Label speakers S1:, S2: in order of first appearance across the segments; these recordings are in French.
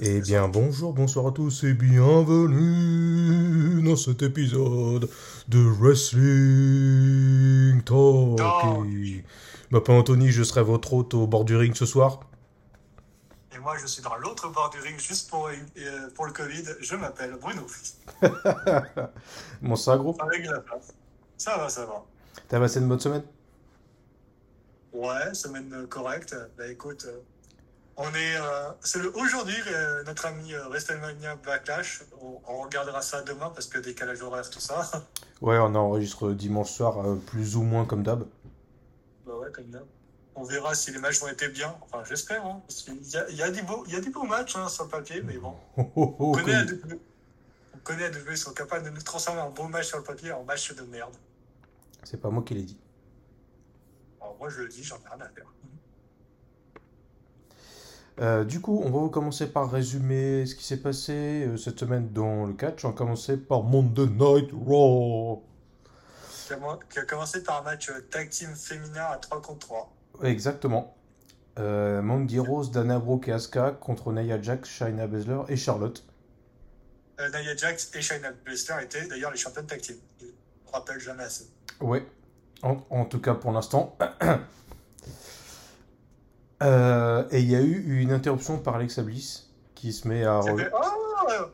S1: Eh bien bonjour, bonsoir à tous et bienvenue dans cet épisode de Wrestling Talk. Papa Anthony, je serai votre hôte au bord du ring ce soir.
S2: Et moi, je suis dans l'autre bord du ring juste pour, euh, pour le Covid. Je m'appelle Bruno.
S1: Bon, ça, gros.
S2: Avec la place. Ça va, ça va.
S1: T'as passé une bonne semaine
S2: Ouais, semaine euh, correcte. Bah écoute, euh, on est. euh, c'est le aujourd'hui, euh, notre ami euh, WrestleMania Backlash. On, on regardera ça demain parce que décalage horaire, tout ça.
S1: Ouais, on enregistre dimanche soir, euh, plus ou moins comme d'hab.
S2: bah ouais, comme d'hab. On verra si les matchs ont été bien. Enfin, j'espère. Hein, parce qu'il y a, il y, a des beaux- il y a des beaux matchs hein, sur le papier, mais bon.
S1: Oh, oh, oh,
S2: On connaît,
S1: que-
S2: AW. on connaît AW, ils sont capables de nous transformer en beaux matchs sur le papier en matchs de merde.
S1: C'est pas moi qui l'ai dit.
S2: Alors, moi, je le dis, j'en ai rien à faire.
S1: Euh, du coup, on va commencer par résumer ce qui s'est passé euh, cette semaine dans le catch. On va commencer par Monday Night Raw.
S2: Qui a mo- qui a commencé par un match euh, tag team féminin à 3 contre 3.
S1: Exactement. Euh, Mandy Rose, Dana Brooke et Asuka contre Nia Jax, Shayna Baszler et Charlotte.
S2: Euh, Nia Jax et Shayna Baszler étaient d'ailleurs les championnes tag team. Je ne rappelle jamais assez.
S1: Ouais. En, en tout cas pour l'instant. Euh, et il y a eu une interruption par Alexa Bliss qui se met à...
S2: Ça
S1: re-
S2: fait, oh,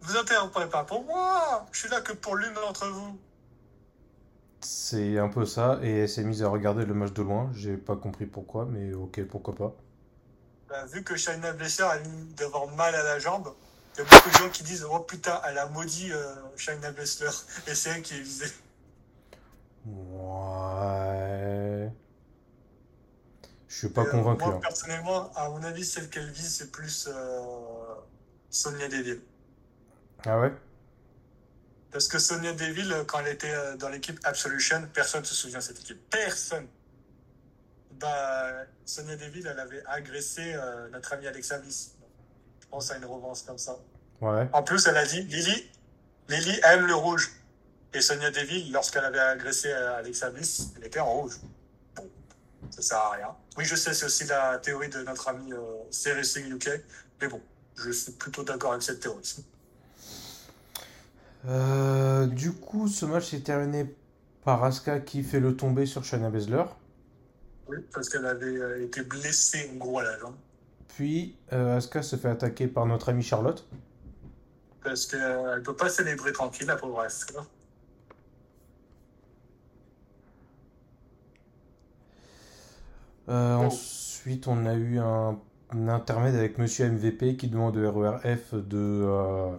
S2: vous interrompez pas pour moi Je suis là que pour l'une d'entre vous.
S1: C'est un peu ça. Et elle s'est mise à regarder le match de loin. J'ai pas compris pourquoi, mais ok, pourquoi pas.
S2: Bah, vu que Shayna Baszler a l'air d'avoir mal à la jambe, il y a beaucoup de gens qui disent Oh putain, elle a maudit euh, Shayna Baszler. Et c'est elle qui est visée.
S1: Ouais. Je suis pas
S2: Et, euh,
S1: convaincu.
S2: Moi,
S1: hein.
S2: personnellement, à mon avis, celle qu'elle vise, c'est plus euh, Sonia Deville.
S1: Ah ouais?
S2: Parce que Sonia Deville, euh, quand elle était euh, dans l'équipe Absolution, personne ne se souvient de cette équipe. Personne. Bah, euh, Sonia Deville, elle avait agressé euh, notre amie Alexa Bliss. Je pense à une revanche comme ça.
S1: Ouais.
S2: En plus, elle a dit Lily, Lily aime le rouge. Et Sonia Deville, lorsqu'elle avait agressé euh, Alexa Bliss, elle était en rouge. Bon, ça sert à rien. Oui, je sais, c'est aussi la théorie de notre ami euh, CRC UK. Mais bon, je suis plutôt d'accord avec cette théorie.
S1: Euh, du coup, ce match s'est terminé par Asuka qui fait le tomber sur Shayna Baszler.
S2: Oui, parce qu'elle avait euh, été blessée en gros à la jambe.
S1: Puis euh, Asuka se fait attaquer par notre amie Charlotte.
S2: Parce qu'elle ne peut pas célébrer tranquille, la pauvre Asuka.
S1: Euh,
S2: Oh.
S1: Ensuite, on a eu un, un intermède avec Monsieur MVP qui demande au RERF de, euh,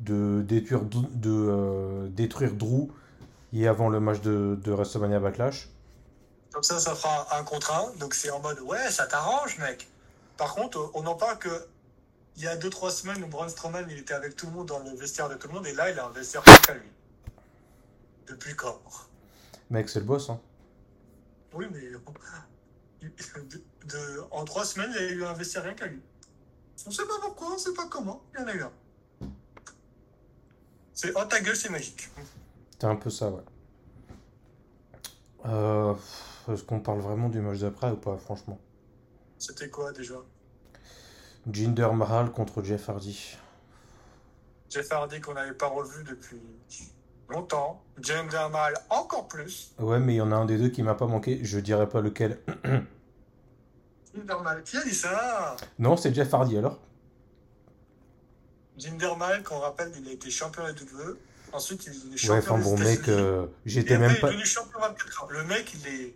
S1: de, détruire, Dr- de euh, détruire Drew et avant le match de, de WrestleMania Backlash.
S2: Comme ça, ça fera un contre un. Donc c'est en mode, ouais, ça t'arrange, mec. Par contre, on en parle que il y a 2-3 semaines où Braun Strowman, il était avec tout le monde dans le vestiaire de tout le monde, et là, il a un vestiaire qu'à lui. Depuis quand
S1: Mec, c'est le boss. Hein.
S2: Oui, mais de- de- en 3 semaines, il y a eu un vestiaire rien qu'à lui. On sait pas pourquoi, on sait pas comment, il y en a eu un. C'est oh ta gueule, c'est magique.
S1: C'était un peu ça, ouais. Euh, pff, Est-ce qu'on parle vraiment du match d'après ou pas, franchement?
S2: C'était quoi déjà
S1: Jinder Mahal contre Jeff Hardy.
S2: Jeff Hardy qu'on n'avait pas revu depuis longtemps. James Dermal encore plus.
S1: Ouais, mais il y en a un des deux qui m'a pas manqué, je dirais pas lequel.
S2: Dermal, qui a dit ça
S1: Non, c'est Jeff Hardy alors.
S2: Jim Dermal, qu'on rappelle, il a été champion des WWE. Ensuite, il est devenu champion
S1: Ouais, enfin
S2: des
S1: bon, mec,
S2: États-Unis.
S1: euh,
S2: Et
S1: j'étais
S2: après,
S1: même
S2: il est
S1: pas.
S2: devenu champion 24 heures. Le mec, il est,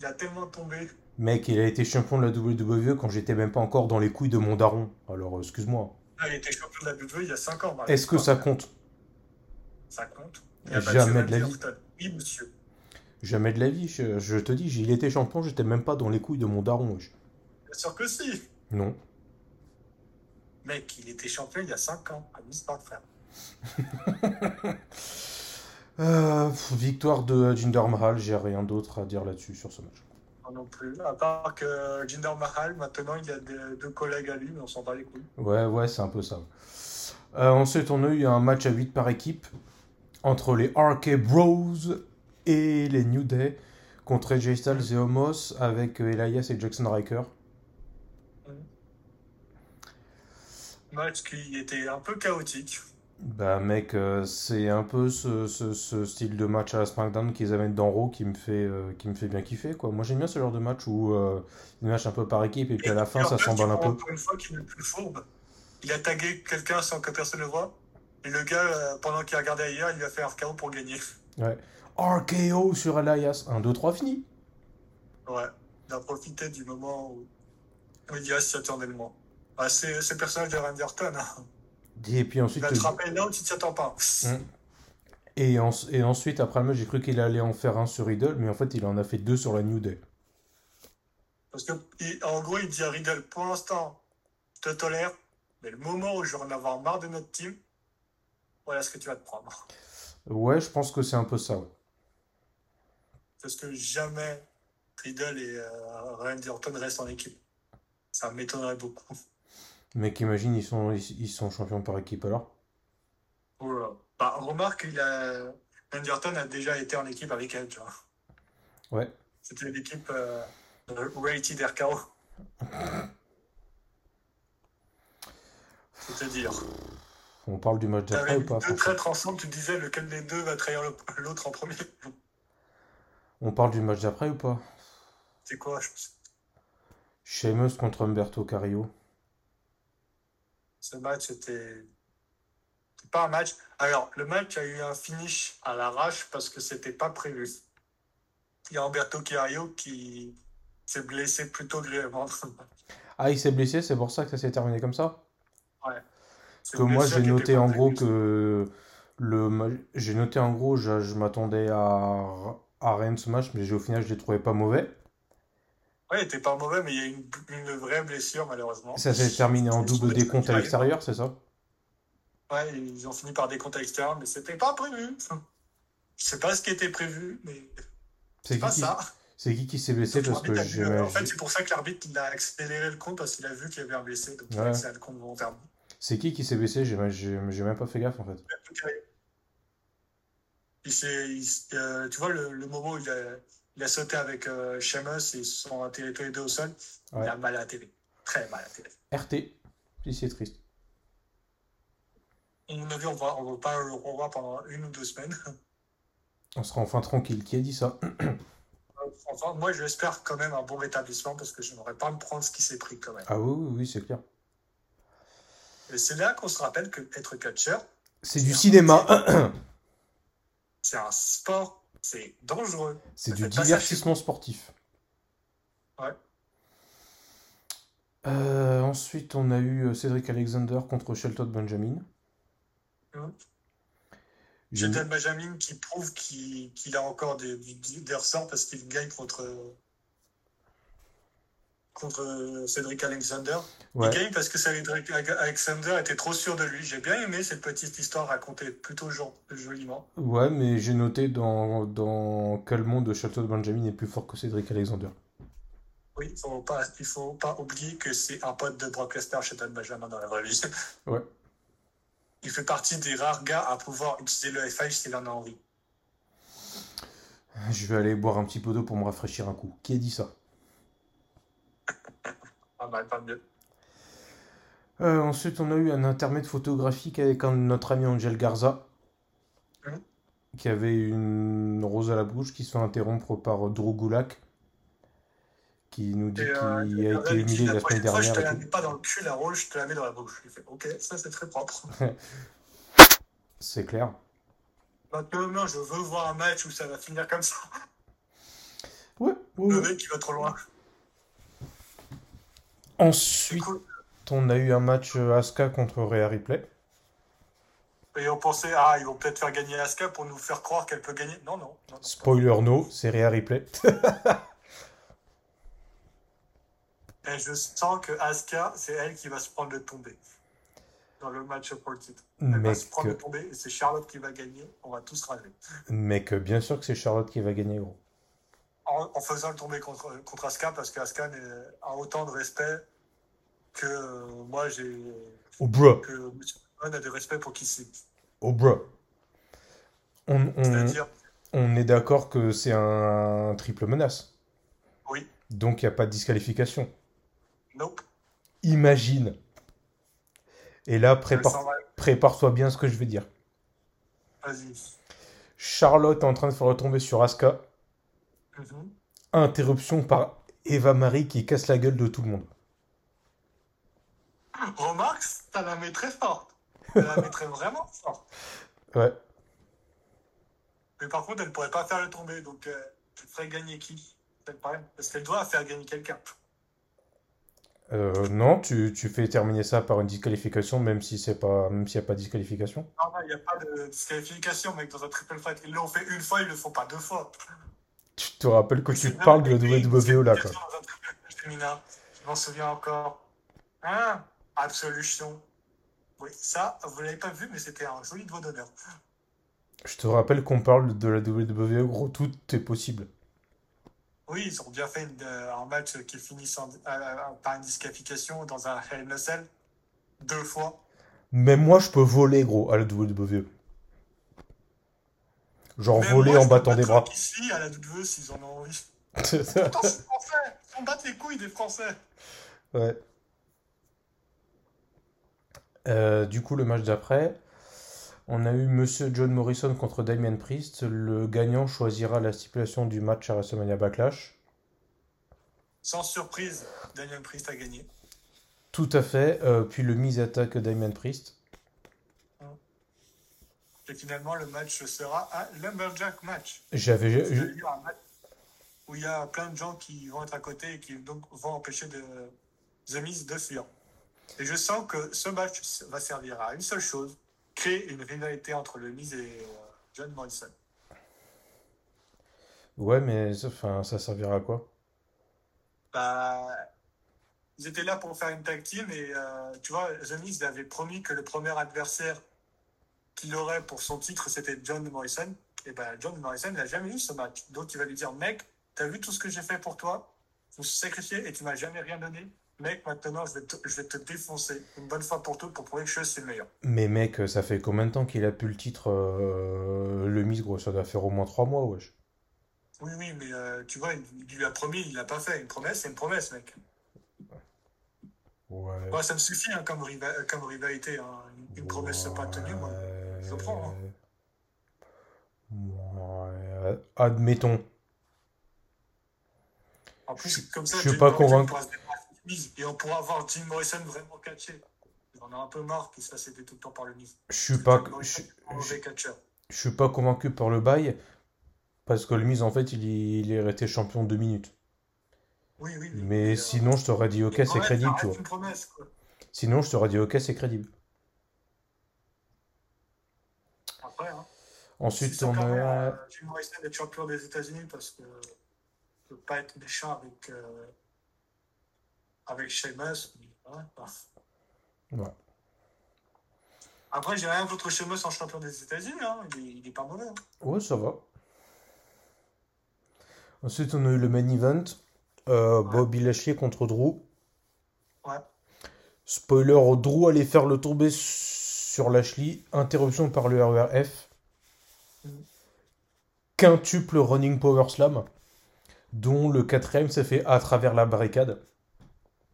S2: il a tellement tombé.
S1: Mec, il a été champion de la WWE quand j'étais même pas encore dans les couilles de mon daron. Alors, euh, excuse-moi.
S2: Ah, il était champion de la WWE il y a 5 ans. Marc.
S1: Est-ce que ça compte?
S2: Ça compte
S1: Jamais de la vie.
S2: vie. Oui, monsieur.
S1: Jamais de la vie, je, je te dis, il était champion, j'étais même pas dans les couilles de mon daron. wesh.
S2: Bien sûr que si.
S1: Non.
S2: Mec, il était champion il y a 5 ans. À Miss Park, frère.
S1: Euh, pff, victoire de Jinder Mahal, j'ai rien d'autre à dire là-dessus sur ce match.
S2: Moi Non plus. À part que Jinder Mahal, maintenant, il y a des- deux collègues à lui, mais on s'en bat les couilles.
S1: Ouais, ouais, c'est un peu ça. Euh, ensuite, on a eu un match à 8 par équipe entre les RK Bros et les New Day contre AJ Styles et Homos avec euh, Elias et Jackson Riker.
S2: match qui était un peu chaotique.
S1: Bah mec, euh, c'est un peu ce, ce- ce style de match à la SmackDown qu'ils amènent dans Raw qui me fait, euh, qui me fait bien kiffer quoi. Moi j'aime bien ce genre de match où euh, des matchs un peu par équipe et puis à la fin ça
S2: Goldberg,
S1: s'emballe un
S2: tu vois,
S1: peu.
S2: Pour une fois, qui est le plus fourbe, il a tagué quelqu'un sans que personne le voit. Et le gars, euh, pendant qu'il regardait ailleurs, il lui a fait un RKO pour gagner.
S1: RKO sur Elias, 1, 2, 3 fini.
S2: Ouais, il a profité du moment où Elias s'y attendait le moins. Ah, c'est c'est le personnage de Randy Orton. hein.
S1: Et puis
S2: Il
S1: ensuite,
S2: va attraper là où tu ne t'y attends pas.
S1: Hum. et, en- et ensuite après le match j'ai cru qu'il allait en faire un sur Riddle mais en fait il en a fait deux sur la New Day.
S2: Parce que, il- en gros, il dit à Riddle, pour l'instant, je te tolère, mais le moment où je vais en avoir marre de notre team, voilà ce que tu vas te prendre.
S1: Ouais je pense que c'est un peu ça. ouais.
S2: Parce que jamais Riddle et euh, Randy Orton restent en équipe. Ça m'étonnerait beaucoup.
S1: Mais qu'imagine ils sont, ils, ils sont champions par équipe alors.
S2: Oh là. Bah, remarque, il a... Randy Orton a déjà été en équipe avec Edge. hein.
S1: Ouais.
S2: C'était l'équipe euh, Rated RKO. C'est-à-dire,
S1: On parle du match d'après
S2: t'avais
S1: ou pas
S2: deux
S1: François
S2: traîtres ensemble, tu disais lequel des deux va trahir le- l'autre en premier.
S1: On parle du match d'après ou pas
S2: C'est quoi je pense
S1: Sheamus contre Humberto Cario.
S2: Ce match était. C'était pas un match. Alors, le match a eu un finish à l'arrache parce que c'était pas prévu. Il y a Humberto Chiario qui s'est blessé plutôt grièvement.
S1: Ah, il s'est blessé, c'est pour ça que ça s'est terminé comme ça
S2: Parce
S1: Parce que moi, j'ai noté en gros que le ma- j'ai noté en gros, je, je m'attendais à à Reigns match, mais j'ai- au final, je l'ai trouvé pas mauvais.
S2: Ouais, il était pas mauvais, mais il y a eu une, une vraie blessure, malheureusement.
S1: Ça s'est terminé en
S2: Je
S1: double
S2: trouvais
S1: décompte à
S2: que-
S1: l'extérieur, c'est ça
S2: Ouais, ils ont fini par des comptes à l'extérieur, mais c'était pas prévu. Je sais pas ce qui était prévu, mais
S1: C'est qui
S2: pas
S1: qui
S2: ça.
S1: c'est qui qui s'est blessé parce que
S2: L'arbitre a vu-
S1: j'ai
S2: En fait, c'est pour ça que l'arbitre il a accéléré le compte parce qu'il a vu qu'il y avait un blessé, donc il a
S1: Ouais.
S2: accéléré le compte volontairement.
S1: c'est qui qui s'est blessé J'ai j'ai- j'ai même pas fait gaffe en fait.
S2: Il s'est- il s- euh, tu vois, le, le moment où il a, il a sauté avec euh, Sheamus et ils se sont atterrés tous les deux au sol,
S1: Ouais.
S2: il a mal atterri. Très mal atterri.
S1: RT, si c'est triste.
S2: On a vu, on va, on va pas le revoir pendant une ou deux semaines.
S1: On sera enfin tranquille. Qui a dit ça
S2: Enfin, moi, j'espère quand même un bon rétablissement parce que je n'aurais pas à me prendre ce qui s'est pris quand même.
S1: Ah oui, oui, oui, c'est clair.
S2: Et c'est là qu'on se rappelle que être catcheur,
S1: C'est du cinéma.
S2: c'est un sport, c'est dangereux.
S1: C'est
S2: Ça
S1: du
S2: fait pas ça
S1: divertissement sportif.
S2: Ouais.
S1: Euh, ensuite, on a eu euh, Cédric Alexander contre Shelton Benjamin.
S2: Mhm.
S1: J'ai-
S2: Jaden Benjamin qui prouve qu'il qu'il a encore des, du- des ressorts parce qu'il gagne contre, contre euh, Cédric Alexander.
S1: Ouais.
S2: Il gagne parce que Cédric Alexander était trop sûr de lui. J'ai bien aimé cette petite histoire racontée plutôt jo- joliment.
S1: Ouais, mais j'ai noté dans, dans quel monde Shelton Benjamin est plus fort que Cédric Alexander.
S2: Oui, il faut pas, il faut pas oublier que c'est un pote de Brock Lesnar, Jaden Benjamin, dans la vraie vie.
S1: Ouais.
S2: Il fait partie des rares gars à pouvoir utiliser le FH s'il en a envie.
S1: Je vais aller boire un petit peu d'eau pour me rafraîchir un coup. Qui a dit ça
S2: Pas mal, pas mieux.
S1: Euh, Ensuite, on a eu un intermède photographique avec un- notre ami Angel Garza,
S2: Mhm.
S1: qui avait une rose à la bouche, qui se fait interrompre par Drew Gulak, qui nous dit
S2: Et, euh,
S1: qu'il a été
S2: Il dit,
S1: humilié
S2: la
S1: la semaine
S2: prochaine fois, je
S1: dernière.
S2: te
S1: et
S2: la
S1: tout.
S2: mets pas dans le cul, la rôle, je te la mets dans la bouche. Il fait, ok, ça c'est très propre.
S1: C'est clair.
S2: Maintenant, je veux voir un match où ça va finir comme ça.
S1: Ouais. ouais,
S2: Le
S1: ouais.
S2: mec, il va trop loin. C'est
S1: Ensuite,
S2: cool.
S1: on a eu un match euh, Asuka contre Rhea Ripley.
S2: Et on pensait, ah, ils vont peut-être faire gagner Asuka pour nous faire croire qu'elle peut gagner. Non, non. non, non.
S1: Spoiler no, c'est Rhea Ripley.
S2: Et je sens que Asuka, c'est elle qui va se prendre le tombé. Dans le match pour le titre. Elle va
S1: Mec,
S2: se prendre le tombé et c'est Charlotte qui va gagner. On va tous rager.
S1: mec, bien sûr que c'est Charlotte qui va gagner, gros.
S2: En, en faisant le tombé contre, contre Asuka, parce que Asuka n'est- a autant de respect que euh, moi, j'ai.
S1: Oh, bruh,
S2: que M. Cohen a du respect pour qui c'est.
S1: oh, bruh. On, on,
S2: C'est-à-dire,
S1: on est d'accord que c'est un triple menace.
S2: oui,
S1: Donc il n'y a pas de disqualification.
S2: nope.
S1: Imagine. Et là,
S2: Je le
S1: prépare-
S2: sens mal.
S1: prépare-toi bien ce que je vais dire.
S2: Vas-y.
S1: Charlotte est en train de faire retomber sur Asuka.
S2: Mhm.
S1: Interruption par Eva Marie qui casse la gueule de tout le monde.
S2: Remarque, t'as la mets très forte. T'as la mets très vraiment forte.
S1: Ouais.
S2: Mais par contre, elle pourrait pas faire le tomber, donc euh, tu ferais gagner qui C'est le problème. Parce qu'elle doit faire gagner quelqu'un.
S1: Euh, non, tu, tu fais terminer ça par une disqualification, même si c'est pas, même s'il n'y a pas de disqualification.
S2: Non, non, Ah, il n'y a pas de disqualification, mec, dans un triple fight. Ils l'ont fait une fois, ils le font pas deux fois.
S1: Tu te rappelles que
S2: Ah,
S1: tu parles de la WWE là, quoi.
S2: Dans un triple fight féminin, je m'en souviens encore. Hein Absolution. Oui, ça, vous l'avez pas vu, mais c'était un joli doigt d'honneur.
S1: Je te rappelle qu'on parle de la WWE, gros, tout est possible.
S2: Oui, ils ont bien fait une- euh, un match qui finit sans- euh, par une disqualification dans un Hell in a Cell. Deux fois.
S1: Même moi, je peux voler, gros, à la WWE. Genre
S2: Même
S1: voler
S2: moi,
S1: en
S2: je
S1: battant
S2: me
S1: des bras.
S2: battrai Ici, à la WWE, s'ils en ont envie. Pourtant, je suis français. On bat les couilles des Français.
S1: Ouais. Euh, du coup, le match d'après, on a eu Monsieur John Morrison contre Damien Priest. Le gagnant choisira la stipulation du match à WrestleMania Backlash.
S2: Sans surprise, Daniel Priest a gagné.
S1: Tout à fait. Euh, puis le mise attaque Damien Priest.
S2: Et finalement, le match sera un Lumberjack match.
S1: J'avais. je- je-
S2: C'est-à-dire un match où il y a plein de gens qui vont être à côté et qui donc vont empêcher de, The Miz de fuir. Et je sens que ce match va servir à une seule chose, créer une rivalité entre le Miz et euh, John Morrison.
S1: Ouais, mais ça- enfin, ça servira à quoi?
S2: Bah, ils étaient là pour faire une tag team et euh, tu vois, The Miz avait promis que le premier adversaire qu'il aurait pour son titre, c'était John Morrison. Et ben John Morrison n'a jamais eu ce match. Donc il va lui dire, mec, t'as vu tout ce que j'ai fait pour toi? Je me suis sacrifié et tu m'as jamais rien donné. Mec, maintenant, je vais, te, je vais te défoncer une bonne fois pour toutes pour prouver que je suis le meilleur.
S1: Mais mec, ça fait combien de temps qu'il a pu le titre euh, le mise, gros? Ça doit faire au moins 3 mois, wesh.
S2: Oui, oui, mais euh, tu vois, il, il lui a promis, il l'a pas fait. Une promesse, c'est une promesse, mec.
S1: Ouais.
S2: Moi, ça me suffit hein, comme, riva- comme rivalité. hein. Une, une promesse pas tenue, moi. je le prends, hein.
S1: Ouais. Ouais. Admettons.
S2: En plus,
S1: Je-
S2: comme ça,
S1: je suis
S2: Jim
S1: pas
S2: Morrison
S1: convaincu.
S2: pourra se débarrasser du Miz Et on pourra voir Jim Morrison vraiment catché. Il en a un peu marre qu'il se fasse aider tout le temps par le Miz.
S1: Je suis pas,
S2: Jim Morrison,
S1: je,
S2: c'est un mauvais catcheur.
S1: je suis pas convaincu par le bail parce que le mise en fait il, y- il est resté champion deux minutes.
S2: Oui, oui. oui.
S1: Mais
S2: euh,
S1: sinon je t'aurais dit ok
S2: mais quand
S1: c'est
S2: même, ça
S1: crédible
S2: reste
S1: tu vois.
S2: une promesse, quoi.
S1: Sinon je t'aurais dit ok c'est crédible.
S2: Après, hein.
S1: Ensuite
S2: C'est
S1: on
S2: quand même,
S1: a
S2: euh, Jim Morrison est champion des États-Unis parce que ne peut pas être méchant avec, euh, avec Sheamus. mais hein, bah. voilà, quoi.
S1: Ouais.
S2: Après, j'ai rien contre Sheamus en champion des États-Unis. hein. Il, est, il est pas mauvais. hein.
S1: ouais ça va. Ensuite on a eu le main event Euh,
S2: Ouais.
S1: Bobby Lashley contre Drew.
S2: Ouais.
S1: Spoiler Drew allait faire le tomber sur Lashley. Interruption par le E RERF.
S2: Mhm.
S1: Quintuple running power slam dont le quatrième s'est fait à travers la barricade.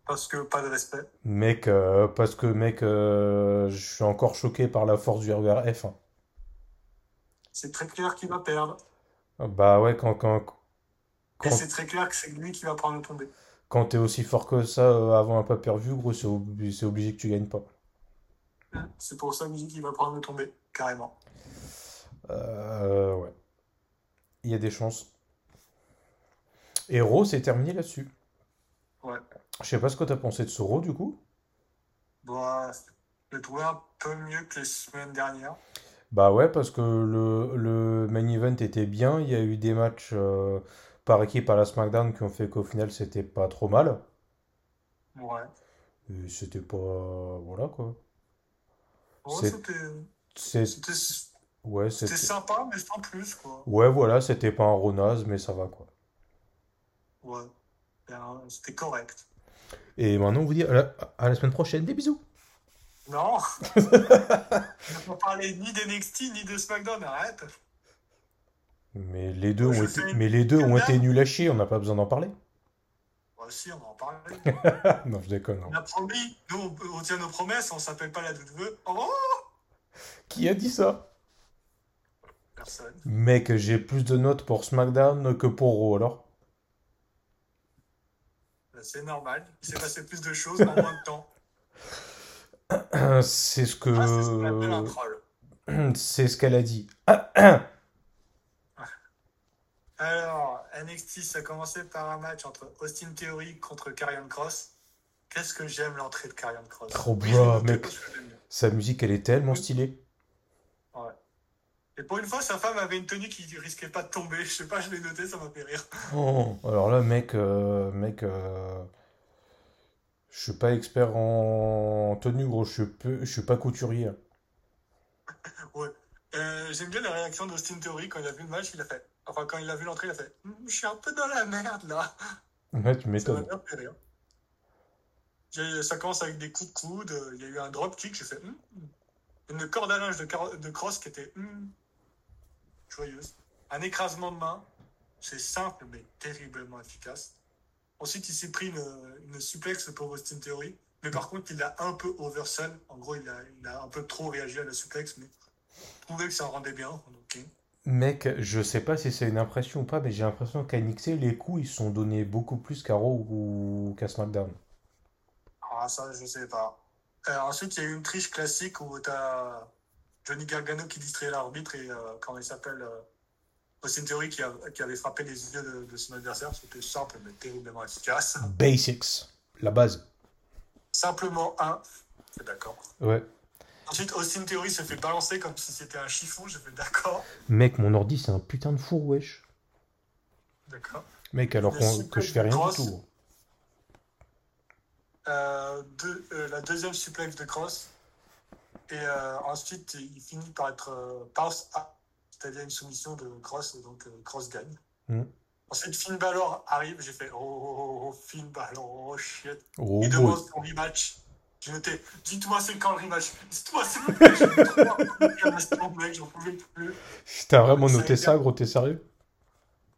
S2: Parce que pas de respect.
S1: Mec, euh, parce que mec, euh, je suis encore choqué par la force du RERF. hein.
S2: C'est très clair qu'il va perdre.
S1: Bah ouais, quand, quand,
S2: Et
S1: quand,
S2: c'est très clair que c'est lui qui va prendre le tombé.
S1: quand t'es aussi fort que ça euh, avant un pay-per-view, gros, c'est obli- c'est obligé que tu gagnes pas.
S2: C'est pour ça que je dis qu'il va prendre le tombé, carrément.
S1: Euh, ouais. Il y a des chances. Et Raw, c'est terminé là-dessus.
S2: Ouais.
S1: Je sais pas ce que t'as pensé de ce Raw, du coup.
S2: Bon, je le trouvais un peu mieux que les semaines dernières.
S1: Bah ouais, parce que le, le main event était bien. Il y a eu des matchs euh, par équipe à la SmackDown qui ont fait qu'au final, c'était pas trop mal.
S2: Ouais.
S1: Et C'était pas... Voilà, quoi.
S2: Bon,
S1: C'est-
S2: c'était
S1: C'est...
S2: c'était- c'était
S1: Ouais, c'était...
S2: sympa, mais sans plus, quoi.
S1: Ouais, voilà, c'était pas un Raw naze, mais ça va, quoi.
S2: Ouais. Ben, C'était correct.
S1: Et maintenant, on vous dit à la, à la semaine prochaine. Des bisous!
S2: Non On ne parler ni d'NXT ni de SmackDown, arrête
S1: Mais les deux
S2: Je
S1: ont
S2: sais.
S1: été, mais les deux ont
S2: Là-
S1: été nuls à chier, on n'a pas besoin d'en parler.
S2: Ouais, Bah, si, on va en parler.
S1: non, je déconne. hein.
S2: On a promis, nous, on, on tient nos promesses, on s'appelle pas la double Oh
S1: Qui a dit ça
S2: Personne.
S1: Mec, j'ai plus de notes pour SmackDown que pour Raw, alors.
S2: Bah, C'est normal. Il s'est passé plus de choses en moins de temps. Ah, c'est
S1: C'est ce
S2: ce qu'on appelle un
S1: que.
S2: troll.
S1: C'est ce qu'elle a dit.
S2: Alors, NXT, ça a commencé par un match entre Austin Theory contre Karrion Cross. Qu'est-ce que j'aime l'entrée de Karrion Cross.
S1: Trop
S2: Oui,
S1: bien,
S2: je l'ai
S1: mec.
S2: noté, je l'ai mis.
S1: Sa musique, elle est tellement stylée.
S2: Et pour une fois, sa femme avait une tenue qui risquait pas de tomber. Je sais pas, je l'ai noté, ça m'a fait rire.
S1: Oh, alors là, mec, euh, mec, euh, je suis pas expert en tenue, gros. Je suis, peu- je suis pas couturier.
S2: Euh, J'aime bien la réaction d'Austin Theory quand il a vu le match, il a fait. Enfin, quand il a vu l'entrée, il a fait. Hum, Je suis un peu dans la merde là.
S1: Ouais, tu
S2: Ça m'a
S1: m'étonnes.
S2: bien fait rire. J'ai- Ça commence avec des coups de coude, euh, il y a eu un drop kick, j'ai fait. Hum, hum. Une corde à linge de, Car- de cross qui était. hum, joyeuse. Un écrasement de main. C'est simple mais terriblement efficace. Ensuite, il s'est pris une, une suplex pour Austin Theory. Mais par contre, il a un peu oversun. En gros, il a, il a un peu trop réagi à la suplex, mais je trouvais que ça rendait bien. hmm. Ok.
S1: Mec, je sais pas si c'est une impression ou pas, mais j'ai l'impression qu'à NXT, les coups, ils sont donnés beaucoup plus qu'à Raw ou qu'à SmackDown.
S2: Ah, ça, je sais pas. Euh, ensuite, il y a eu une triche classique où t'as Johnny Gargano qui distrait l'arbitre et euh, quand il s'appelle euh, Austin Theory qui, a- qui avait frappé les yeux de, de son adversaire. C'était simple mais terriblement efficace.
S1: Basics, la base.
S2: Simplement un. C'est d'accord.
S1: Ouais.
S2: Ensuite, Austin Theory se fait balancer comme si c'était un chiffon. J'ai fait d'accord.
S1: Mec, mon ordi, c'est un putain de four, wesh.
S2: D'accord.
S1: Mec, alors
S2: Le
S1: qu'on-
S2: super
S1: que je fais rien du
S2: cross.
S1: tout.
S2: Euh, deux- euh, la deuxième suplex de Cross. Et euh, ensuite, il finit par être euh, Pounce A, c'est-à-dire une soumission de Cross, et donc euh, Cross gagne.
S1: Mhm.
S2: Ensuite, Finn Balor arrive, j'ai fait Oh, oh, oh, oh, Finn Balor, oh shit.
S1: Oh,
S2: Il
S1: boy.
S2: demande son rematch. J'ai noté Dites-moi c'est quand le rematch Dites-moi c'est le rematch J'ai eu trois minutes à l'instant, mec, j'en pouvais plus.
S1: T'as vraiment
S2: Ça a
S1: noté
S2: été-
S1: ça, gros, t'es sérieux?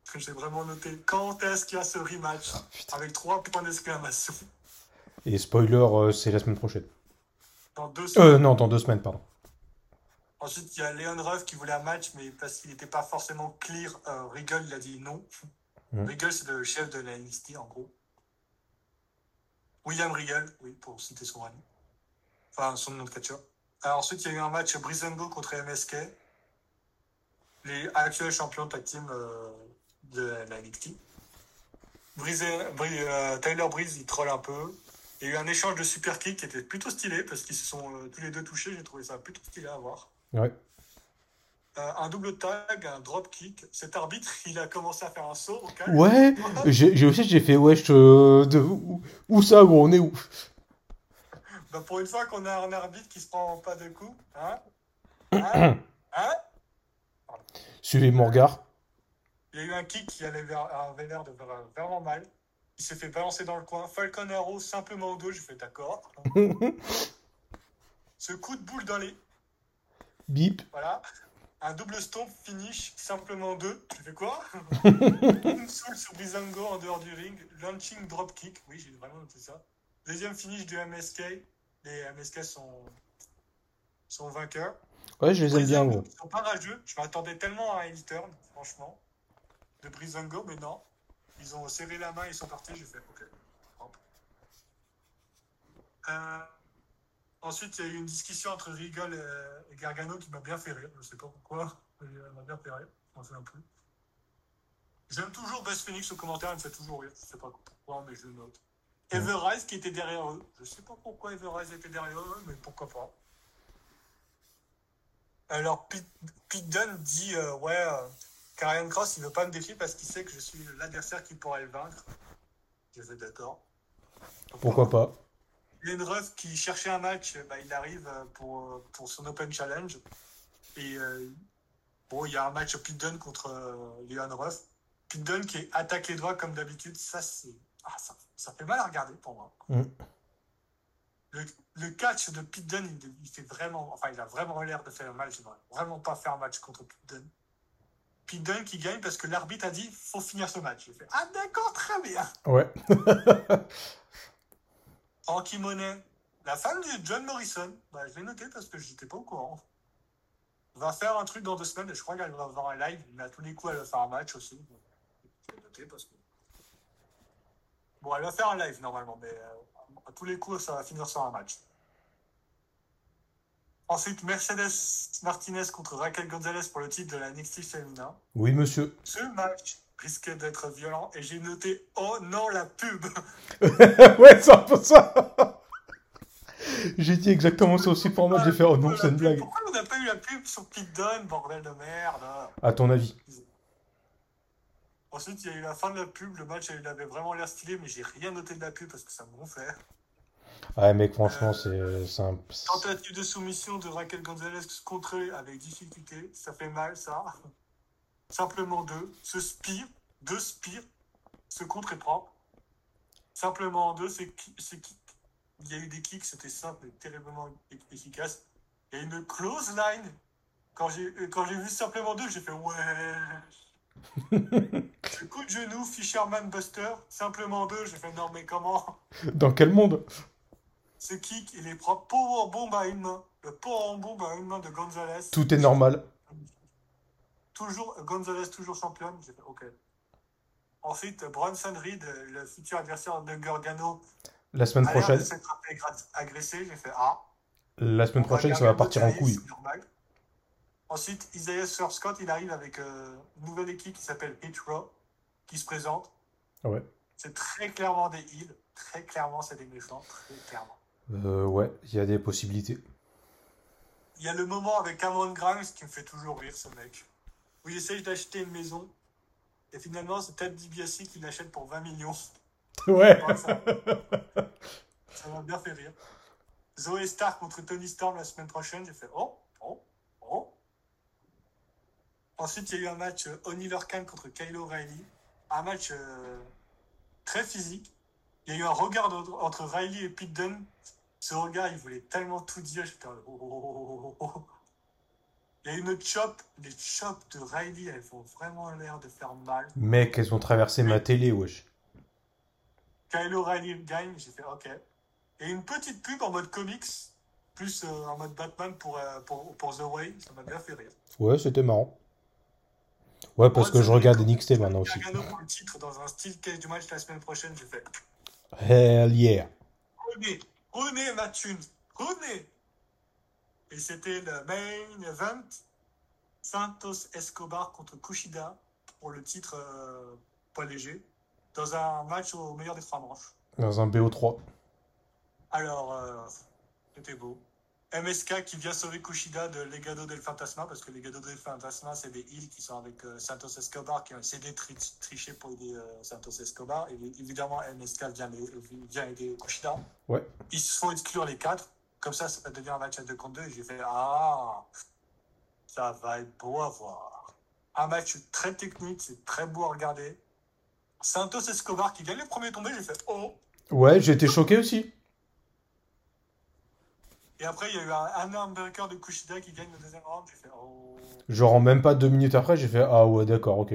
S2: Parce que J'ai vraiment noté quand est-ce qu'il y a ce rematch
S1: Ah, putain.
S2: avec trois points d'exclamation
S1: Et spoiler, euh, c'est la semaine prochaine.
S2: dans deux secondes.
S1: Euh, non, dans deux semaines, pardon.
S2: Ensuite, il y a Leon Ruff qui voulait un match, mais parce qu'il n'était pas forcément clear, euh, Regal il a dit non.
S1: Mhm.
S2: Regal, c'est le chef de la NXT, en gros. William Regal, oui, pour citer son ami. Enfin, son nom de catcheur. Alors, ensuite, il y a eu un match Brizango contre MSK, les actuels champions tag team euh, de la NXT. Breeze- Bree- euh, Tyler Breeze, il troll un peu. Il y a eu un échange de super kicks qui était plutôt stylé parce qu'ils se sont euh, tous les deux touchés. J'ai trouvé ça plutôt stylé à voir.
S1: Ouais.
S2: Euh, un double tag, un drop kick. Cet arbitre, il a commencé à faire un saut au calme.
S1: Ouais, j'ai j'ai aussi j'ai fait wesh euh, de, où, où ça gros, on est où?
S2: Bah, pour une fois qu'on a un arbitre qui se prend pas de coup, hein Hein Hein
S1: Suivez mon regard.
S2: Il y a eu un kick qui allait vers, avait l'air de faire euh, vraiment mal. Il s'est fait balancer dans le coin. Falcon Arrow simplement au dos. J'ai fait d'accord. Ce coup de boule dans les.
S1: Bip.
S2: Voilà. Un double stomp finish simplement en deux. Tu fais quoi Une soul sur Bizango en dehors du ring. Launching drop kick. Oui, j'ai vraiment noté ça. Deuxième finish du MSK. Les MSK sont, sont vainqueurs.
S1: Ouais, je les aime bien
S2: Breezango,
S1: gros.
S2: Ils sont pas rageux. Je m'attendais tellement à un heel turn, franchement, de Brizango, mais non. Ils ont serré la main, ils sont partis. J'ai fait OK. Hop. Euh, ensuite, il y a eu une discussion entre Regal euh, et Gargano qui m'a bien fait rire. Je sais pas pourquoi, mais elle m'a bien fait rire. Je m'en souviens plus. J'aime toujours Buzz Phoenix au commentaire, elle me fait toujours rire. Je sais pas pourquoi, mais je le note.
S1: Ouais.
S2: Everrise qui était derrière eux. Je sais pas pourquoi Everrise était derrière eux, mais pourquoi pas. Alors, Pete, Pete Dunne dit euh, Ouais, euh, Karrion Cross, il veut pas me défier parce qu'il sait que je suis l'adversaire qui pourrait le vaincre. Je vais d'accord.
S1: Pourquoi pas?
S2: Glenn Ruff qui cherchait un match, bah, il arrive euh, pour, euh, pour son Open Challenge. Et euh, bon, il y a un match Pete Dunne contre euh, Leon Ruff. Pete Dunne qui attaque les doigts comme d'habitude, ça c'est. ah, ça, ça fait mal à regarder pour moi.
S1: Mm.
S2: Le, le catch de Pete Dunne, il, il fait vraiment. Enfin, il a vraiment l'air de faire mal. J'aimerais vraiment pas faire un match contre Pete Dunne. Puis Dunk, il gagne parce que l'arbitre a dit faut finir ce match. J'ai fait Ah, d'accord, très bien.
S1: Ouais.
S2: Frankie Monet, la femme de John Morrison, bah, je l'ai noté parce que j'étais pas au courant, va faire un truc dans deux semaines et je crois qu'elle va avoir un live, mais à tous les coups, elle va faire un match aussi. Donc, Je l'ai noté parce que. Bon, elle va faire un live normalement, mais euh, à tous les coups, ça va finir sur un match. Ensuite, Mercedes Martinez contre Raquel Gonzalez pour le titre de la NXT féminin.
S1: Oui, monsieur.
S2: Ce match risquait d'être violent et j'ai noté Oh non, la pub
S1: ouais, c'est un peu ça. J'ai dit exactement ça aussi pour moi. J'ai fait, oh non,
S2: Pourquoi
S1: c'est
S2: la
S1: une
S2: pub
S1: blague.
S2: Pourquoi on n'a pas eu la pub sur Pete Dunne, bordel de merde
S1: À ton avis
S2: Ensuite, il y a eu la fin de la pub, le match il avait vraiment l'air stylé, mais j'ai rien noté de la pub parce que ça me gonflait.
S1: Ouais, mec, franchement, c'est c'est un.
S2: Tentative de soumission de Raquel Gonzalez contrée avec difficulté, ça fait mal ça. Simplement deux, ce spire, deux spires, ce contre est propre. Simplement deux, c'est qui- c'est qui- Il y a eu des kicks, c'était simple et terriblement e- efficace. Il y a une close line. Quand j'ai euh, quand j'ai vu simplement deux, j'ai fait ouais. Le coup de genou, Fisherman Buster, simplement deux, j'ai fait non mais comment
S1: Dans quel monde
S2: ce kick, il est propre power bomb à une main. Le power bomb à une main de Gonzalez.
S1: Tout est normal.
S2: Toujours, Gonzalez toujours championne. J'ai fait, ok. Ensuite, Bronson Reed, le futur adversaire de Gargano,
S1: La semaine
S2: a l'air de
S1: prochaine,
S2: s'être fait gra- agressé. J'ai fait, ah.
S1: la semaine
S2: On
S1: prochaine,
S2: va
S1: ça va
S2: garder
S1: partir en
S2: Botterier,
S1: couille.
S2: c'est normal. Ensuite, Isaiah Sir Scott, il arrive avec euh, une nouvelle équipe qui s'appelle Hit Row, qui se présente.
S1: Ah Ouais.
S2: C'est très clairement des heels. Très clairement, c'est des méchants. Très clairement.
S1: Euh, ouais, il y a des possibilités.
S2: Il y a le moment avec Cameron Grimes qui me fait toujours rire, ce mec. Où il essaye d'acheter une maison. Et finalement, c'est Ted DiBiase qui l'achète pour 20 millions.
S1: Ouais.
S2: Ouais, ça ça m'a bien fait rire. Zoé Stark contre Tony Storm la semaine prochaine. J'ai fait oh, oh, oh. Ensuite, il y a eu un match euh, Oliver Kahn contre Kyle O'Reilly. Un match euh, très physique. Il y a eu un regard entre, entre Riley et Pete Dunne. Ce regard, il voulait tellement tout dire. J'étais en mode, oh, oh, oh, oh, oh, oh. Il y a eu une autre chop. Les chops de Riley, elles font vraiment l'air de faire mal.
S1: Mec, elles ont traversé ma télé, wesh.
S2: Kyle O'Reilly gagne, j'ai fait ok. Et une petite pub en mode comics, plus euh, en mode Batman pour, euh, pour, pour The Way, ça m'a bien fait rire.
S1: Ouais, c'était marrant. Ouais, parce que je regarde NXT maintenant aussi.
S2: Gargano pour le titre dans un style case du match la semaine prochaine, j'ai fait
S1: Hell yeah.
S2: René, René ma thune, René Et c'était le main event Santos Escobar contre Kushida pour le titre euh, poids léger dans un match au meilleur des trois manches.
S1: Dans un BO3.
S2: Alors, euh, c'était beau. MSK qui vient sauver Kushida de Legado del Fantasma, parce que Legado del Fantasma, c'est des îles qui sont avec euh, Santos Escobar, qui ont essayé de tri- tricher pour aider euh, Santos Escobar. Et évidemment, MSK vient, les- vient aider Kushida.
S1: Ouais.
S2: Ils se font exclure les quatre. Comme ça, ça devient un match à 2 contre 2. Et j'ai fait Ah, ça va être beau à voir. Un match très technique, c'est très beau à regarder. Santos Escobar qui vient le premier tomber, j'ai fait Oh
S1: Ouais, j'étais choqué aussi.
S2: Et après, il y a eu un, un armbreaker de Kushida qui gagne le deuxième round. J'ai fait oh.
S1: Genre, en même pas deux minutes après, j'ai fait Ah ouais, d'accord, ok.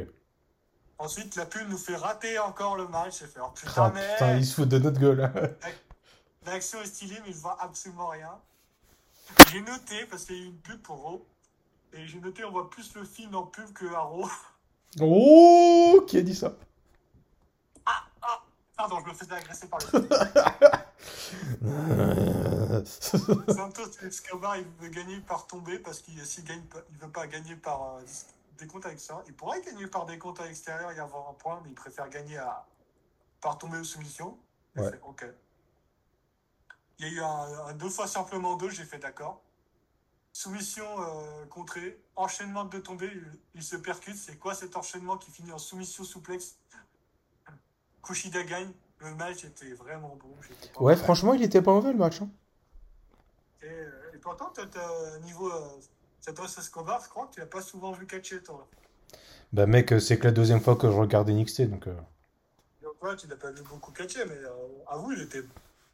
S2: Ensuite, la pub nous fait rater encore le match. J'ai fait oh,
S1: Ah,
S2: putain, mais
S1: putain, ils se foutent de notre gueule.
S2: l'action est stylée, mais je vois absolument rien. J'ai noté, parce qu'il y a eu une pub pour Raw. Et j'ai noté, on voit plus le film en pub que à Raw.
S1: oh, qui a dit ça
S2: Pardon, je me faisais agresser par le film. Santos Escobar, il veut gagner par tomber parce qu'il s'il gagne pas- il veut pas gagner par euh, des comptes à l'extérieur. Il pourrait gagner par des comptes à l'extérieur et avoir un point, mais il préfère gagner à, par tomber ou soumission. J'ai
S1: Ouais.
S2: fait, ok. Il y a eu un, un deux fois simplement deux, j'ai fait d'accord. Soumission euh, contrée, enchaînement de tombées, il, il se percute. C'est quoi cet enchaînement qui finit en soumission souplex Kushida gagne. Le match était vraiment bon. j'étais pas
S1: Ouais,
S2: mal.
S1: franchement, il était pas mauvais le match. hein.
S2: Et, euh, et pourtant, toi, t'as- niveau euh, Santos Escobar, je crois que tu l'as pas souvent vu catcher, toi.
S1: Bah, mec, c'est que la deuxième fois que je regarde NXT, donc. euh,
S2: Donc, ouais, tu l'as pas vu beaucoup catcher, mais euh, avoue, il était.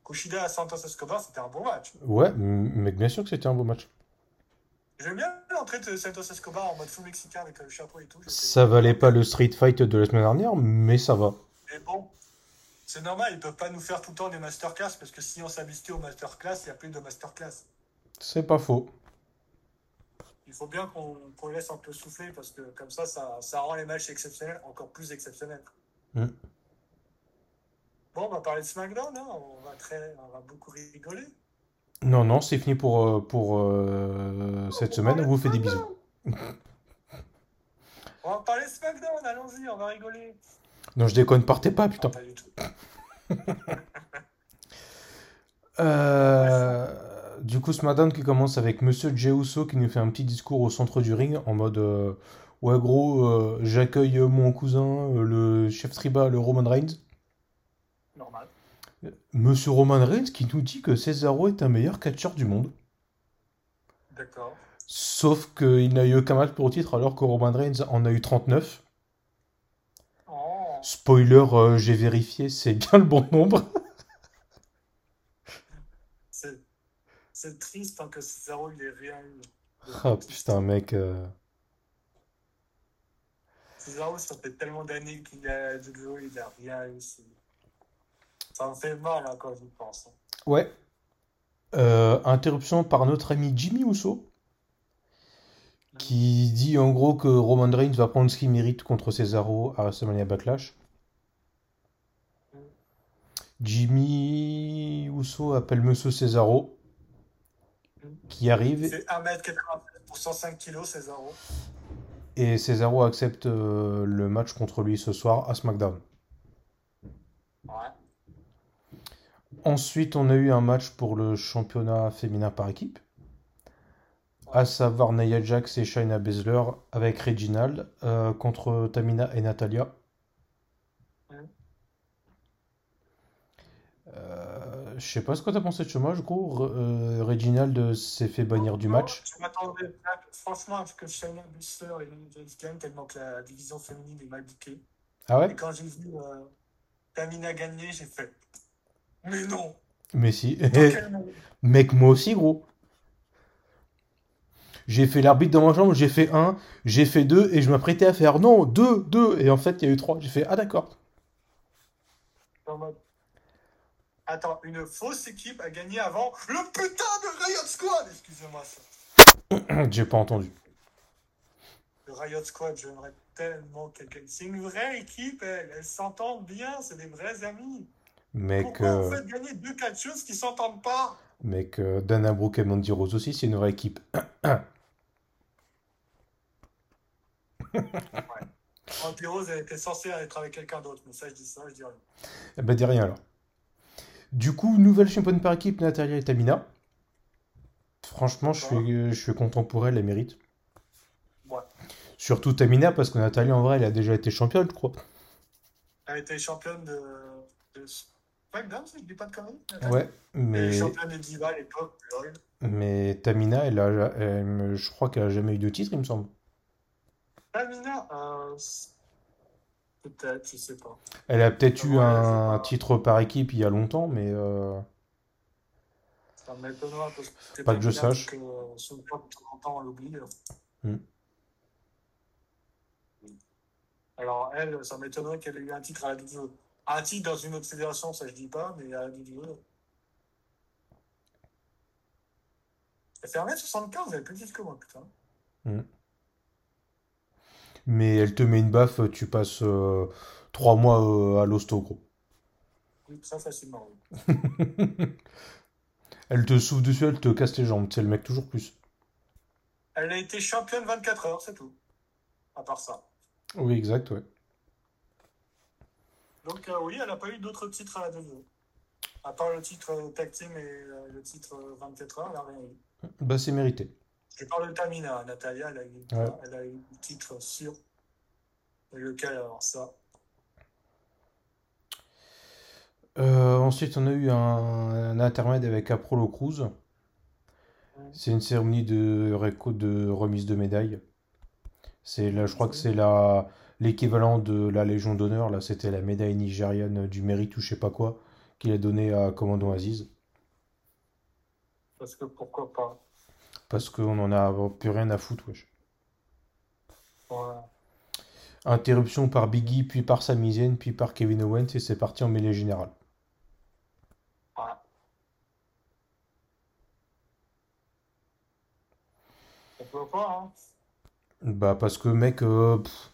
S2: Kushida à Santos Escobar, c'était un bon match.
S1: Ouais, m- mec, bien sûr que c'était un beau match.
S2: J'aime bien après de Santos Escobar en mode full mexicain avec euh, le chapeau et tout. j'étais-
S1: Ça valait pas le Street Fight de la semaine dernière, mais ça va.
S2: Mais bon, c'est normal, ils peuvent pas nous faire tout le temps des masterclass parce que si on s'habitue aux masterclass, il n'y a plus de masterclass.
S1: C'est pas faux.
S2: Il faut bien qu'on qu'on laisse un peu souffler parce que comme ça, ça, ça rend les matchs exceptionnels encore plus exceptionnels.
S1: Mm.
S2: Bon, on va parler de SmackDown, hein, on, va très, on va beaucoup rigoler.
S1: Non, non, c'est fini pour, euh, pour euh, cette semaine. On vous fait des bisous.
S2: On va parler de SmackDown, allons-y, on va rigoler.
S1: Non, je déconne, partez pas,
S2: Non,
S1: putain.
S2: pas du tout.
S1: Euh, du coup, SmackDown qui commence avec Monsieur Jey Uso qui nous fait un petit discours au centre du ring en mode euh, Ouais, gros, euh, j'accueille mon cousin, euh, le chef tribal, le Roman Reigns.
S2: Normal.
S1: Monsieur Roman Reigns qui nous dit que Cesaro est un meilleur catcheur du monde.
S2: D'accord.
S1: Sauf qu'il n'a eu aucun match pour titre alors que Roman Reigns en a eu 39.
S2: Oh,
S1: Spoiler, euh, j'ai vérifié, c'est bien le bon nombre.
S2: c'est c'est triste hein, que Cesaro il ait rien eu.
S1: Ah putain, mec. euh.
S2: Cesaro, ça fait tellement d'années qu'il a du jeu, il a rien eu. c'est- Ça me fait mal hein, quand je pense.
S1: Ouais. Euh, interruption par notre ami Jimmy Uso, qui dit en gros que Roman Reigns va prendre ce qu'il mérite contre Cesaro à WrestleMania Backlash. Jimmy Uso appelle Monsieur Cesaro, qui arrive,
S2: C'est 1m93 pour 105 kg, Cesaro.
S1: et Cesaro accepte euh, le match contre lui ce soir à SmackDown.
S2: Ouais.
S1: Ensuite, on a eu un match pour le championnat féminin par équipe, à savoir Nia Jax et Shayna Baszler avec Reginald euh, contre Tamina et Natalia.
S2: Ouais.
S1: Euh, je sais pas ce que t'as pensé de ce match, gros. Re- euh, Reginald s'est fait bannir du match.
S2: Je m'attendais pas- franchement à ce que Shayna Buster et Nia Jax gagnent tellement que la division féminine est mal bouquée.
S1: Ah
S2: Et
S1: ouais?
S2: quand j'ai vu euh, Tamina gagner, j'ai fait Mais non
S1: Mais si.
S2: Dans quel monde
S1: Mec, moi aussi, gros. J'ai fait l'arbitre dans ma chambre, j'ai fait 1, j'ai fait 2, et je m'apprêtais à faire non, 2, 2, et en fait, il y a eu 3. J'ai fait ah d'accord.
S2: En mode, Attends, une fausse équipe a gagné avant le putain de Riot Squad Excusez-moi ça.
S1: j'ai pas entendu.
S2: Le Riot Squad, j'aimerais tellement quelqu'un. C'est une vraie équipe, elle. Elles s'entendent bien, c'est des vrais amis.
S1: Mec,
S2: Pourquoi
S1: euh,
S2: vous faites gagner deux catcheuses qui s'entendent pas
S1: mec euh, Dana Brooke et Mandy Rose aussi, c'est une vraie équipe.
S2: Mandy Oh, Rose, elle était censée être avec quelqu'un d'autre, mais ça, je dis ça, je dis rien.
S1: Eh ben, dis rien alors. Du coup, nouvelle championne par équipe, Natalia et Tamina. Franchement, je suis, euh, je suis content pour elle, elle mérite.
S2: Ouais.
S1: Surtout Tamina, parce que Natalia, en vrai, elle a déjà été championne, je crois.
S2: Elle était championne de. de SmackDown, si je dis pas de conneries. Natalia.
S1: Ouais,
S2: Elle
S1: mais.
S2: est championne de Diva à l'époque, lol.
S1: Mais Tamina, elle a, elle- je crois qu'elle a jamais eu de titre, il me semble.
S2: Tamina, euh, c'est- peut-être, je sais pas.
S1: Elle a peut-être eu
S2: Ouais,
S1: un
S2: c'est pas-
S1: titre par équipe il y a longtemps, mais euh,
S2: Ça m'étonnera parce que c'est
S1: Pas que je
S2: Tamina,
S1: sache.
S2: Que, euh, son père, de temps en temps, on l'oublie. euh.
S1: Hmm.
S2: Hmm. Alors, elle, ça m'étonnerait qu'elle ait eu un titre à la WWE. Un titre dans une autre fédération, ça je dis pas, mais à la E. WWE. Elle fait 1m75, elle est plus petite que moi, putain.
S1: mais elle te met une baffe, tu passes euh, trois mois euh, à l'hosto, gros.
S2: Oui, ça facilement. oui.
S1: Elle te souffle dessus, elle te casse les jambes, c'est le mec toujours plus.
S2: Elle a été championne 24 heures, c'est tout. À part ça.
S1: Oui, exact, ouais.
S2: Donc euh, oui, elle n'a pas eu d'autres titres à la WWE. À part le titre euh, tag team et euh, le titre euh, 24 heures, elle n'a rien eu.
S1: Bah c'est mérité.
S2: Je parle de Tamina, Natalia, elle a eu,
S1: Ouais.
S2: elle a eu le titre sur lequel alors ça.
S1: Euh, ensuite, on a eu un, un intermède avec Apollo Cruz. C'est une cérémonie de, réco- de remise de médaille. C'est là, je crois que c'est la l'équivalent de la Légion d'honneur. Là, c'était la médaille nigériane du mérite ou je sais pas quoi qu'il a donnée à Commandant Aziz.
S2: Parce que pourquoi pas
S1: parce qu'on en a plus rien à foutre, wesh.
S2: Voilà.
S1: Interruption par Biggie, puis par Sami Zayn, puis par Kevin Owens, et c'est parti en mêlée générale.
S2: Voilà. On peut pas, hein.
S1: Bah parce que mec, euh, pff,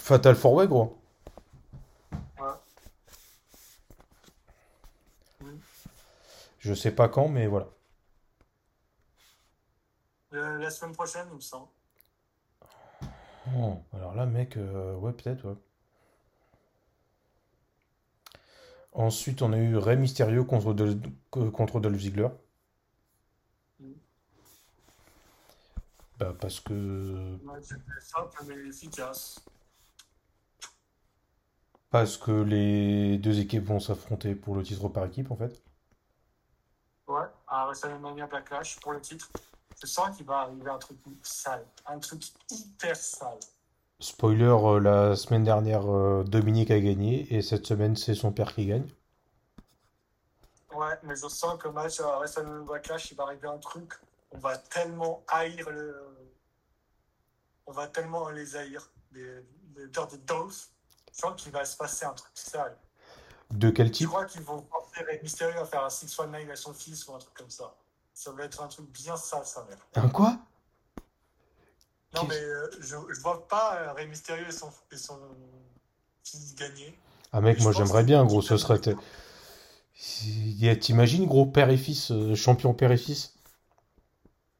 S1: Fatal Four Way gros.
S2: Ouais. Oui.
S1: Je sais pas quand, mais voilà.
S2: Euh, la semaine prochaine, il me semble.
S1: Oh, alors là, mec, euh, ouais, peut-être, ouais. Ensuite, on a eu Rey Mysterio contre, Dol- euh, contre Dolph Ziggler.
S2: Mhm.
S1: Bah, parce que.
S2: Ouais, c'était simple mais efficace.
S1: Parce que les deux équipes vont s'affronter pour le titre par équipe, en fait.
S2: Ouais, à WrestleMania Backlash pour le titre. Je sens qu'il va arriver un truc sale. Un truc hyper sale.
S1: Spoiler, euh, la semaine dernière, euh, Dominique a gagné, et cette semaine, c'est son père qui gagne.
S2: Ouais, mais je sens que match à WrestleMania Backlash, il va arriver un truc. On va tellement haïr le. On va tellement les haïr. Les, les Dirty Dolls. Je sens qu'il va se passer un truc sale.
S1: De quel
S2: Je
S1: type?
S2: crois qu'ils vont forcer Rey Mysterio à faire un 619 à son fils ou un truc comme ça. Ça va être un truc bien sale, ça mère.
S1: Un quoi?
S2: Non,
S1: Qu'est-ce-
S2: mais euh, je, je vois pas euh, Rey Mysterio et son, et son fils gagner.
S1: Ah mec,
S2: Je
S1: moi
S2: pense
S1: j'aimerais
S2: que-
S1: bien, gros, ce serait... Il y a- T'imagines, gros, père et fils, euh, champion père et fils?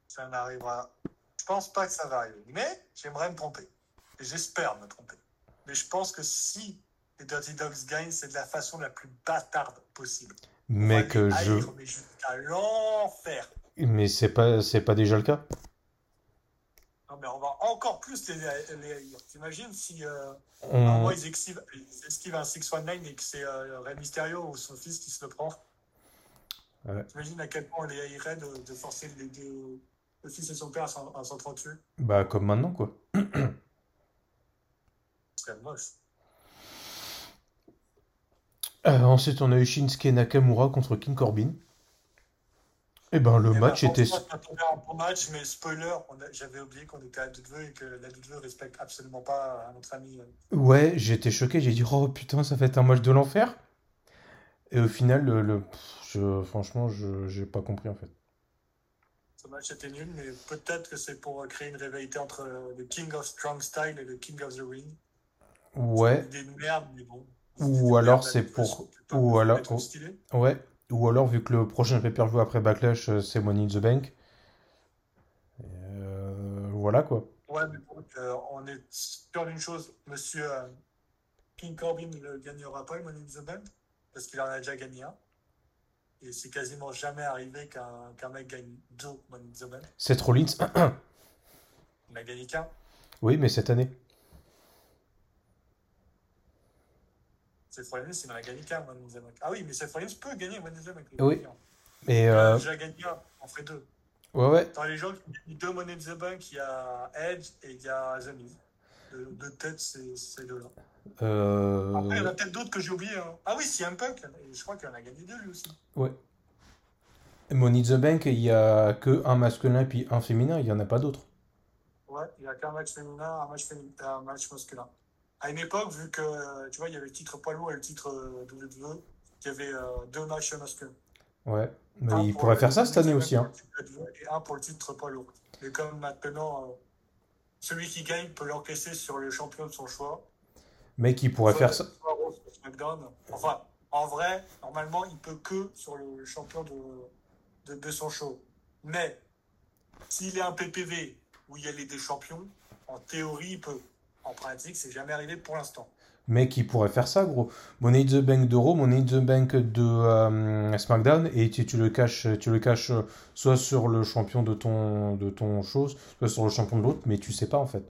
S2: Ça n'arrivera. Je pense pas que ça va arriver. Mais j'aimerais me tromper. Et j'espère me tromper. Mais je pense que si les Dirty Dogs gagnent, c'est de la façon la plus bâtarde possible. On va
S1: Mec,
S2: les
S1: euh,
S2: haïr,
S1: je...
S2: Mais jusqu'à l'enfer.
S1: Mais c'est pas, c'est pas déjà le cas?
S2: Non, mais on va encore plus les, les haïr. T'imagines si. euh, Alors,
S1: On...
S2: moi, ils esquivent, ils esquivent un 619 et que c'est euh, Rey Mysterio ou son fils qui se le prend.
S1: Ouais.
S2: T'imagines à quel point on les haïrait de, de forcer les deux, le fils et son père à s'en- à s'entretuer.
S1: Bah, comme maintenant, quoi.
S2: Ce serait moche.
S1: Euh, ensuite, on a eu Shinsuke Nakamura contre King Corbin. Et ben, le
S2: Et
S1: match
S2: ben,
S1: était...
S2: franchement, ça tombait un bon match, mais spoiler, on a- j'avais oublié qu'on était à W et que la W respecte absolument pas euh, notre ami. euh,
S1: Ouais, j'étais choqué, j'ai dit, oh putain, ça fait un match de l'enfer. Et au final, le... le- pff, je... Franchement, je... j'ai pas compris, en fait.
S2: Ce match était nul, mais peut-être que c'est pour euh, créer une rivalité entre euh, le King of Strong Style et le King of the Ring.
S1: Ouais,
S2: Des merdes, mais bon.
S1: Ou
S2: Des
S1: alors
S2: merdes,
S1: c'est
S2: la W,
S1: pour-
S2: c'est pas
S1: ou
S2: un
S1: alors-
S2: truc trop stylé.
S1: ouais. Ou alors, vu que le prochain pay-per-view après Backlash, euh, c'est Money in the Bank. Euh, voilà, quoi.
S2: Ouais, mais bon, euh, on est sûr d'une chose, monsieur euh, King Corbin ne gagnera pas le Money in the Bank, parce qu'il en a déjà gagné un. Et c'est quasiment jamais arrivé qu'un qu'un mec gagne deux Money in the Bank.
S1: Seth Rollins,
S2: Il n'a gagné qu'un.
S1: oui, mais cette année.
S2: Seth Rollins, il n'en a gagné qu'un Money in the Bank. Ah oui, mais Seth Rollins peut gagner Money in the Bank. il est
S1: Oui.
S2: gagnant.
S1: Et
S2: Il en a
S1: euh,
S2: déjà gagné un, on ferait deux.
S1: ouais, ouais,
S2: Dans les gens qui gagnent deux Money in the Bank, il y a Edge et il y a The Miz. De, de tête, c'est c'est deux-là.
S1: euh,
S2: Après, il y en a peut-être d'autres que j'ai oubliés. hein. Ah oui, CM Punk, je crois qu'il en a gagné deux lui aussi.
S1: ouais. Money in the Bank, il y a que un masculin puis un féminin, il y en a pas d'autre.
S2: Ouais, il n'y a qu'un match féminin, un match, féminin, un match masculin. À une époque, vu que tu vois, il y avait le titre poids lourd et le titre euh, WWE, il y avait euh, deux matchs masculins.
S1: Ouais, mais
S2: Un
S1: il
S2: pour
S1: pourrait
S2: le-
S1: faire ça cette année aussi, hein.
S2: Et un pour le titre poids lourd. Mais comme maintenant, euh, celui qui gagne peut l'encaisser sur le champion de son choix.
S1: Mec, il pourrait
S2: Soit
S1: faire ça.
S2: sur Raw, soit sur SmackDown. Enfin, en vrai, normalement, il peut que sur le champion de, de, de son show. Mais s'il est un PPV où il y a les deux champions, en théorie, il peut. En pratique, c'est jamais arrivé pour l'instant.
S1: Mec, il pourrait faire ça, gros. Money in the Bank de Raw, Money in the Bank de euh, SmackDown, et tu, tu le caches, tu le caches euh, soit sur le champion de ton de ton chose, soit sur le champion de l'autre, mais tu sais pas en fait.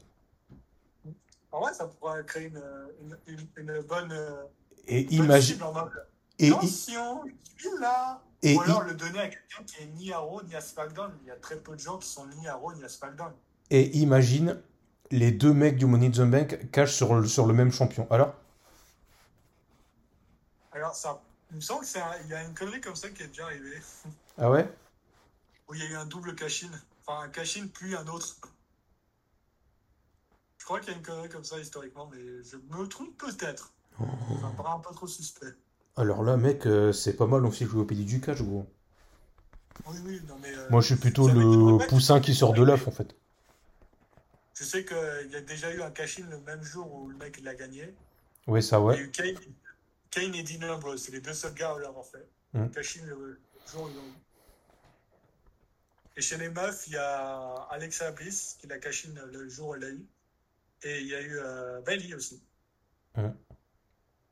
S2: En vrai, ça pourrait créer une, une, une- une bonne. euh,
S1: Et
S2: bonne
S1: imagine,
S2: cible en mode,
S1: et, i-
S2: Attention, je suis là
S1: et
S2: Ou
S1: i-
S2: alors le donner à quelqu'un qui est ni à Raw ni à SmackDown. Il y a très peu de gens qui sont ni à Raw ni à SmackDown.
S1: Et imagine, les deux mecs du Money in the Bank cachent sur le, sur le même champion. Alors,
S2: Alors, ça, il me semble qu'il y a une connerie comme ça qui est déjà arrivée.
S1: ah ouais?
S2: où il y a eu un double cash-in. Enfin, un cash-in puis un autre. Je crois qu'il y a une connerie comme ça historiquement, mais je me trompe peut-être.
S1: Oh.
S2: Ça me paraît un peu trop suspect.
S1: Alors là, mec, euh, c'est pas mal, on s'est joué au pays du cash, gros.
S2: Oui, oui, non, mais. euh,
S1: Moi, je suis plutôt
S2: ça avait été
S1: le
S2: refait.
S1: poussin qui sort de l'œuf, en fait.
S2: Je sais qu'il y a déjà eu un cash-in le même jour où le mec il l'a gagné.
S1: Ouais, ça,
S2: Il y
S1: ouais.
S2: a eu Kane, Kane et Dean Ambrose, c'est les deux seuls gars à l'avoir fait.
S1: Mm.
S2: Cashin le jour où ils l'ont eu. Et chez les meufs, il y a Alexa Bliss qui l'a cashin le jour où elle l'a eu. Et il y a eu euh, Bailey aussi.
S1: Mm.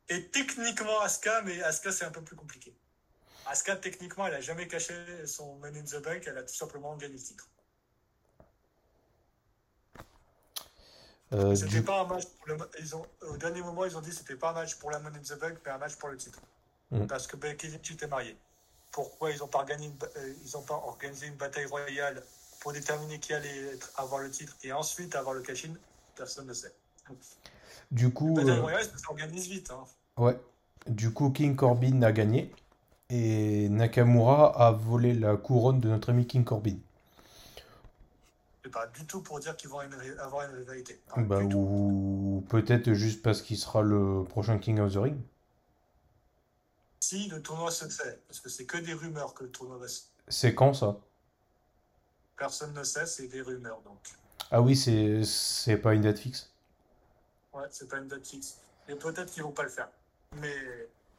S2: Et techniquement Asuka, mais Asuka c'est un peu plus compliqué. Asuka techniquement elle a jamais caché son Money in the Bank, elle a tout simplement gagné le titre.
S1: Euh,
S2: C'était
S1: du...
S2: pas un match pour le. Ils ont, au dernier moment, ils ont dit que c'était pas un match pour la Money in the Bank, mais un match pour le titre.
S1: Mm.
S2: Parce que Becky Lynch était mariée. Pourquoi ils ont pas organisé une, ba- euh, ils ont pas organisé une bataille royale pour déterminer qui allait être- avoir le titre et ensuite avoir le cash-in Personne ne sait.
S1: du coup,
S2: Bataille
S1: euh,
S2: royale, ça s'organise vite. Hein.
S1: ouais. Du coup, King Corbin a gagné. Et Nakamura a volé la couronne de notre ami King Corbin.
S2: C'est pas du tout pour dire qu'ils vont une ré- avoir une rivalité. Ah, Pas
S1: Bah,
S2: du tout.
S1: ou peut-être juste parce qu'il sera le prochain King of the Ring.
S2: Si le tournoi se fait, parce que c'est que des rumeurs que le tournoi va se
S1: C'est quand ça?
S2: Personne ne sait, c'est des rumeurs donc.
S1: Ah oui, c'est c'est pas une date fixe.
S2: Ouais, c'est pas une date fixe. Et peut-être qu'ils vont pas le faire. Mais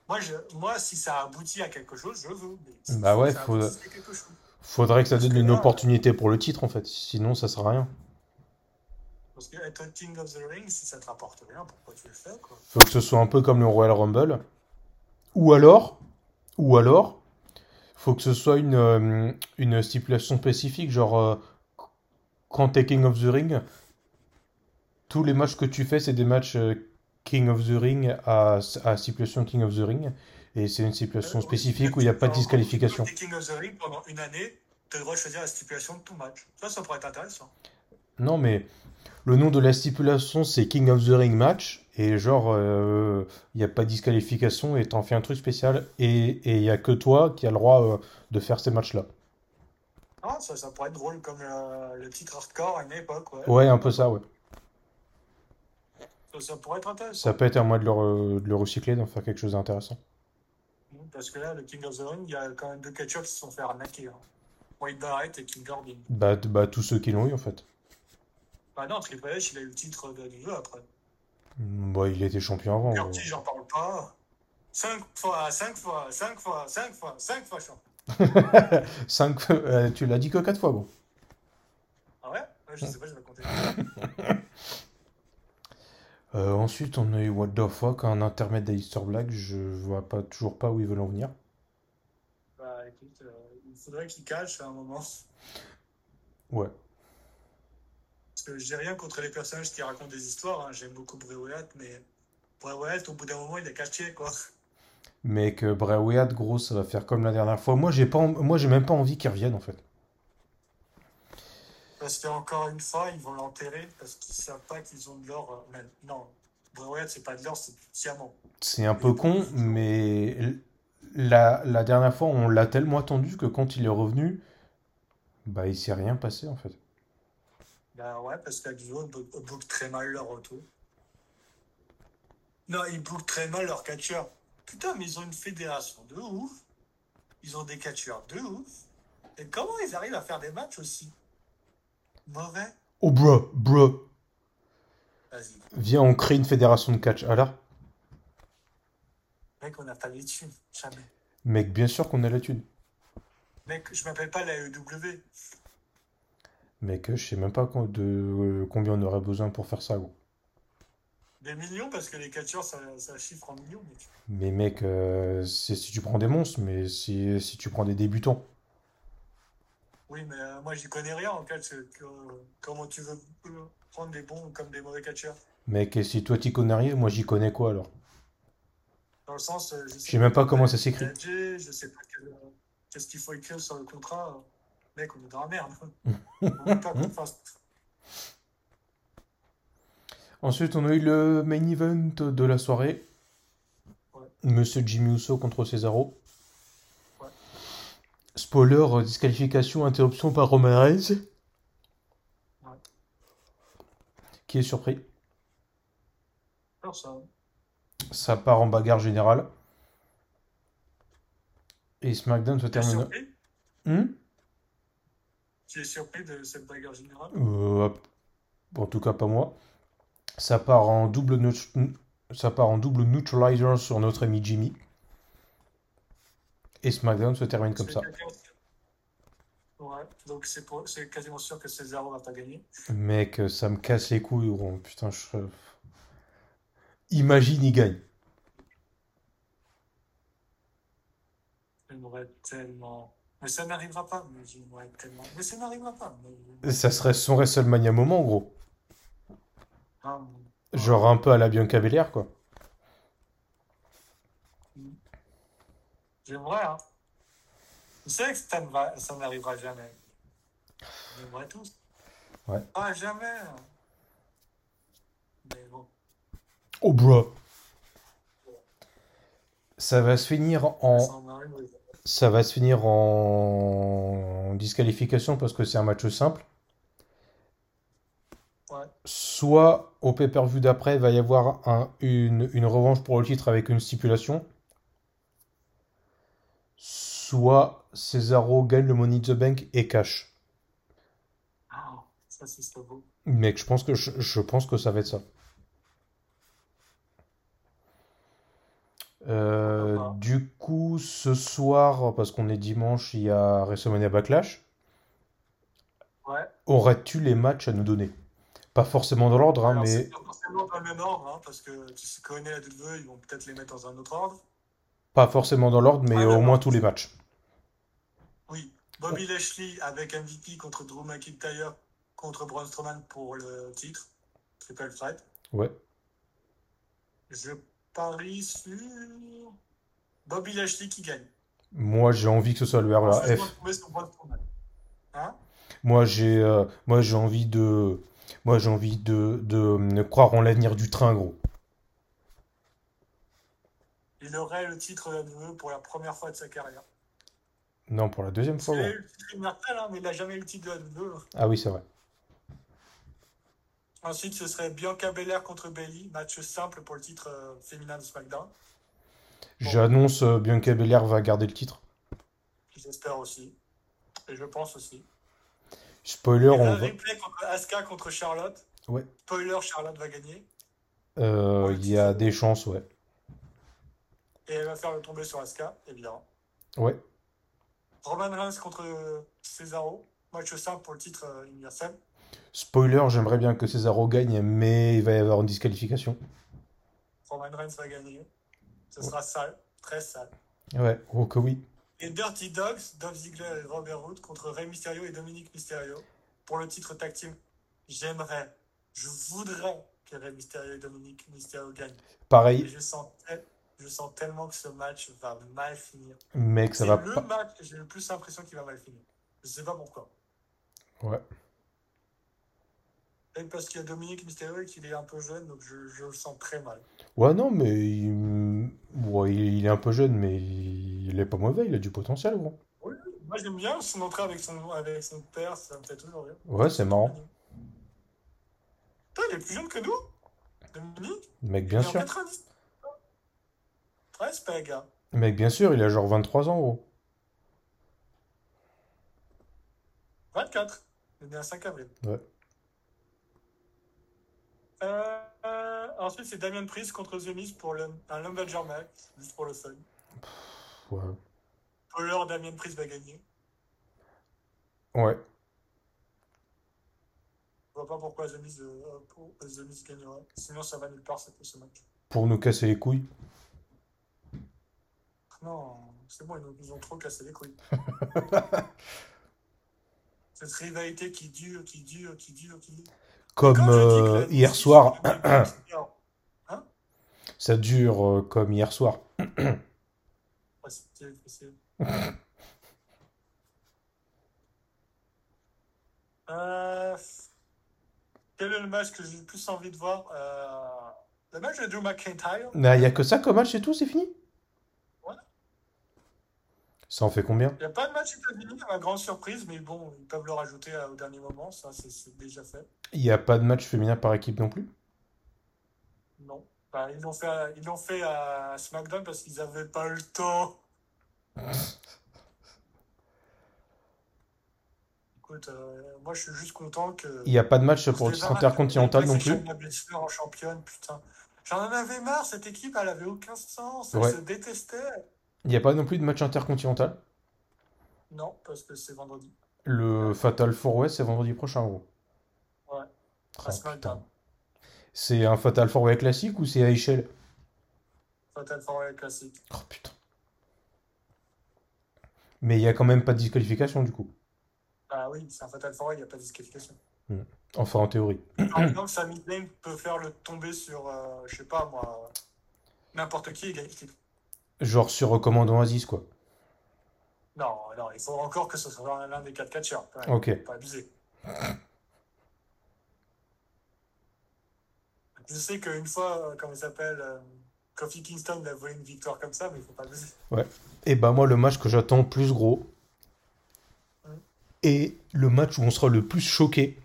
S2: moi, je, moi, si ça aboutit à quelque chose, je veux. Mais si
S1: Bah ouais,
S2: ça
S1: faut-
S2: aboutit à quelque chose.
S1: Faudrait que ça
S2: Parce
S1: donne
S2: que
S1: une
S2: là-
S1: opportunité pour le titre en fait, sinon ça sert à rien.
S2: Parce que être King of the Ring, si ça te rapporte rien, pourquoi tu le fais, quoi
S1: Faut que ce soit un peu comme le Royal Rumble. Ou alors, ou alors, faut que ce soit une, euh, une stipulation spécifique, genre euh, quand t'es King of the Ring, tous les matchs que tu fais, c'est des matchs euh, King of the Ring à, à stipulation King of the Ring, et c'est une stipulation spécifique où il n'y a pas de
S2: Alors,
S1: disqualification.
S2: Quand t'es King of the Ring, pendant une année, t'as le droit de choisir la stipulation de ton match. Ça, ça pourrait être intéressant.
S1: Non, mais le nom de la stipulation, c'est King of the Ring match. Et genre, il n'y a pas de disqualification et t'en fais un truc spécial. Et il n'y a que toi qui as le droit euh, de faire ces matchs-là.
S2: Non, Ah, ça, ça pourrait être drôle, comme euh, le titre hardcore à une époque, ouais.
S1: Ouais, un peu ça, ouais.
S2: Ça, ça pourrait être intéressant.
S1: Ça peut être un moyen de le, re- de le recycler, d'en faire quelque chose d'intéressant.
S2: Parce que là, le King of the Ring, il y a quand même deux catchers qui se sont fait arnaquer. Hein. Wade Barrett et King Corbin.
S1: Bah, t- bah, tous ceux qui l'ont eu, en fait.
S2: Bah non, Triple H, il a eu le titre de- du jeu après.
S1: Mm, Bah, il était champion avant. euh.
S2: Curtis, j'en parle pas. 5 fois, 5 fois, 5 fois, 5 fois, 5 fois champion.
S1: Cinq, euh, tu l'as dit que quatre fois, bon.
S2: Ah ouais Ouais, Je sais pas, je vais compter.
S1: Euh, ensuite, on a eu What the fuck, un intermède d'Alistair Black. Je vois pas, toujours pas où ils veulent en venir.
S2: Bah écoute, euh, il faudrait qu'il cache à un moment. Parce
S1: Ouais.
S2: que j'ai rien contre les personnages qui racontent des histoires. hein. J'aime beaucoup Bray Wyatt, mais Bray Wyatt, au bout d'un moment, il a caché quoi.
S1: Mais que Bray Wyatt, gros, ça va faire comme la dernière fois. Moi, j'ai pas, en- moi, j'ai même pas envie qu'il revienne, en fait.
S2: Parce qu'encore une fois, ils vont l'enterrer parce qu'ils savent pas qu'ils ont de l'or. euh, mais Non, Bray Wyatt, c'est pas de l'or, c'est du diamant.
S1: C'est un peu con, mais l- la, la dernière fois, on l'a tellement attendu que quand il est revenu, bah, il s'est rien passé, en fait.
S2: Bah ouais, parce que Guillaume bo- book très mal leur retour. Non, ils bookent très mal leur catcheur. Putain, mais ils ont une fédération de ouf. Ils ont des catcheurs de ouf. Et comment ils arrivent à faire des matchs aussi mauvais
S1: Oh, bro, bro,
S2: Vas-y,
S1: viens, on crée une fédération de catch. Ah là,
S2: mec, on n'a pas les thunes, jamais.
S1: mec, bien sûr qu'on a la thune.
S2: Mec, je m'appelle pas la E EW.
S1: Mec, je sais même pas quand- de euh, combien on aurait besoin pour faire ça, gros.
S2: Des millions, parce que les catcheurs, ça, ça chiffre en millions, mec.
S1: Mais mec, euh, c'est si tu prends des monstres, mais si, si tu prends des débutants.
S2: Oui, mais euh, moi, j'y connais rien en catch. euh, que- comment tu veux euh, prendre des bons comme des mauvais catcheurs
S1: Mec, et si toi t'y connais rien, moi j'y connais quoi alors?
S2: Dans le sens, euh, je
S1: Je
S2: sais
S1: sais même pas comment ça s'écrit.
S2: manager, je sais pas quel- qu'est-ce qu'il faut écrire sur le contrat. Mec, on est dans la merde. on veut pas qu'on fasse.
S1: Ensuite, on a eu le main event de la soirée.
S2: Ouais.
S1: Monsieur Jimmy Uso contre Cesaro.
S2: Ouais.
S1: Spoiler, euh, disqualification, interruption par Romarez.
S2: Ouais.
S1: Qui est surpris.
S2: Personne.
S1: Ça part en bagarre générale. Et SmackDown se
S2: T'es
S1: termine.
S2: surpris
S1: Hmm
S2: Tu es surpris de cette bagarre générale
S1: Euh, hop. en tout cas, pas moi. Ça part en double, neut- ça part en double neutralizer sur notre ami Jimmy. Et SmackDown se termine comme
S2: C'est
S1: ça.
S2: quasiment sûr. Ouais, donc c'est pour- c'est quasiment sûr que César va pas gagner.
S1: Mec, ça me casse les couilles, gros. Putain, je... Imagine, il gagne.
S2: J'aimerais tellement. Mais ça n'arrivera pas. Mais j'aimerais tellement. Mais ça n'arrivera pas. Mais...
S1: Ça serait son WrestleMania moment, gros.
S2: Ah,
S1: Genre un peu à la Bianca Belair, quoi.
S2: J'aimerais, hein. Je sais que ça ne va- ça n'arrivera jamais. J'aimerais tous.
S1: Ouais.
S2: Ah, jamais. hein. Mais bon.
S1: Oh, bro. Ça va se finir en...
S2: Ça en arrive, oui.
S1: Ça va se finir en, en disqualification parce que c'est un match simple.
S2: Ouais.
S1: Soit au pay-per-view d'après, il va y avoir un- une, une revanche pour le titre avec une stipulation. Soit Cesaro gagne le Money in the Bank et cash.
S2: Ah, ça, c'est ça beau.
S1: Mec, je pense que, je, je pense que ça va être ça. Euh,
S2: Pourquoi pas.
S1: du coup, ce soir, parce qu'on est dimanche, il y a WrestleMania Backlash.
S2: Ouais.
S1: Aurais-tu les matchs à nous donner? Pas forcément dans l'ordre, hein,
S2: Alors, c'est
S1: mais
S2: pas forcément dans le même ordre, hein, parce que tu sais, connais la WWE, ils vont peut-être les mettre dans un autre ordre.
S1: pas forcément dans l'ordre, mais
S2: Ah,
S1: au
S2: d'accord.
S1: moins tous les matchs.
S2: Oui, Bobby Lashley avec MVP contre Drew McIntyre contre Braun Strowman pour le titre. Triple threat.
S1: Ouais.
S2: Je parie sur Bobby Lashley qui gagne.
S1: Moi, j'ai envie que ce soit le
S2: Je
S1: REF.
S2: pense qu'on va sur Braun Strowman. Hein?
S1: Moi, j'ai, euh, moi, j'ai envie de, moi, j'ai envie de, de, de croire en l'avenir du train, gros.
S2: Il aurait le titre de la WWE pour la première fois de sa carrière.
S1: Non, pour la deuxième
S2: Parce
S1: fois,
S2: qu'il a
S1: gros.
S2: eu le titre Universal, hein, mais il n'a jamais eu le titre de la E. WWE.
S1: Ah oui, c'est vrai.
S2: Ensuite, ce serait Bianca Belair contre Bayley, match simple pour le titre euh, féminin de SmackDown.
S1: J'annonce, euh, Bianca Belair va garder le titre.
S2: J'espère aussi. Et je pense aussi.
S1: Spoiler,
S2: Et
S1: on
S2: là,
S1: va-
S2: replay contre Asuka contre Charlotte.
S1: Ouais.
S2: Spoiler, Charlotte va gagner.
S1: euh, il y a des chances, ouais.
S2: Et elle va faire le tomber sur Asuka, évidemment.
S1: Ouais.
S2: Roman Reigns contre euh, Cesaro. Match simple pour le titre euh, universel.
S1: Spoiler, j'aimerais bien que Cesaro gagne, mais il va y avoir une disqualification.
S2: Roman Reigns va gagner. Ce
S1: Ouais.
S2: sera sale, très sale.
S1: Ouais, oh que oui.
S2: Et Dirty Dogs, Dolph Ziggler et Robert Roode contre Rey Mysterio et Dominique Mysterio pour le titre tag team. J'aimerais, je voudrais que Rey Mysterio et Dominique Mysterio gagnent. Et
S1: Pareil,
S2: je sens, tel- je sens tellement que ce match va mal finir.
S1: mec, ça
S2: C'est
S1: va
S2: le
S1: pas.
S2: match, j'ai le plus l'impression qu'il va mal finir. Je sais pas pourquoi.
S1: Ouais.
S2: Peut-être parce qu'il y a Dominique Mysterio et qu'il est un peu jeune, donc je, je le sens très mal.
S1: Ouais, non, mais il... ouais, il est un peu jeune, mais il est pas mauvais, il a du potentiel, gros.
S2: Moi j'aime bien son entrée avec son, avec son père, ça me fait toujours rire.
S1: Ouais, c'est marrant.
S2: Putain, il est plus jeune que nous Dominique
S1: Mec,
S2: Il
S1: bien
S2: est en
S1: sûr.
S2: 90. Presque, gars.
S1: Mec, bien sûr, il a genre 23 ans, gros.
S2: 24. Il est né à 5 avril.
S1: Ouais.
S2: Euh, euh, ensuite, c'est Damien Priest contre The Miz pour le, un Lumberjack match, juste pour le fun.
S1: Ouais.
S2: Pour l'heure, Damien Priest va gagner.
S1: Ouais.
S2: Je vois pas pourquoi The Miz, euh, pour- The Miz gagnera. Sinon, ça va nulle part cette, ce match.
S1: Pour nous casser les couilles.
S2: Non, c'est bon, ils nous, ils ont trop cassé les couilles. Cette rivalité qui dure, qui dure, qui dure, qui dure.
S1: Comme
S2: Quand je dis que
S1: euh,
S2: la-
S1: hier soir.
S2: Non,
S1: Ça dure euh, comme hier soir.
S2: Ouais, Oh, c'était facile. Euh, quel est le match que j'ai le plus envie de voir? Euh, le match de Drew McIntyre.
S1: Nah, il y a que ça comme match, c'est tout, c'est fini?
S2: Ouais.
S1: Ça en fait combien
S2: Il n'y a pas de match qui peut venir, ma grande surprise, mais bon, ils peuvent le rajouter euh, au dernier moment, ça c'est- c'est déjà fait.
S1: Il n'y a pas de match féminin par équipe non plus
S2: Non. Enfin, ils l'ont fait, à- ils l'ont fait à SmackDown parce qu'ils n'avaient pas le temps. Écoute, euh, moi je suis juste content que.
S1: Il n'y a pas de match pour
S2: C'était
S1: le titre
S2: marrant,
S1: intercontinental non plus
S2: PlayStation, la blessure en championne, putain. J'en avais marre, cette équipe, elle avait aucun sens,
S1: Ouais.
S2: elle se détestait.
S1: Il n'y a pas non plus de match intercontinental
S2: Non, parce que c'est vendredi.
S1: Le Fatal Four Way, c'est vendredi prochain, en gros.
S2: Ouais.
S1: Ah,
S2: À SmackDown.
S1: putain. C'est un Fatal Four Way classique ou c'est à échelle
S2: Fatal Four Way classique.
S1: Oh putain. Mais il n'y a quand même pas de disqualification du coup.
S2: Ah oui, c'est un Fatal Four Way, il n'y a pas de disqualification.
S1: Enfin, en théorie.
S2: Par exemple, Sami Zayn peut faire le tomber sur, euh, je sais pas moi, n'importe qui et gagner le titre.
S1: Genre sur recommandant Aziz, quoi.
S2: Non, non, il faut encore que ce soit l'un des quatre catcheurs. quand même.
S1: Ok.
S2: Faut pas abuser. Je sais qu'une fois, euh, comment il s'appelle, euh, Kofi Kingston il a volé une victoire comme ça, mais il faut pas abuser.
S1: Et bah, moi, le match que j'attends plus gros.
S2: Mm.
S1: Et le match où on sera le plus choqué.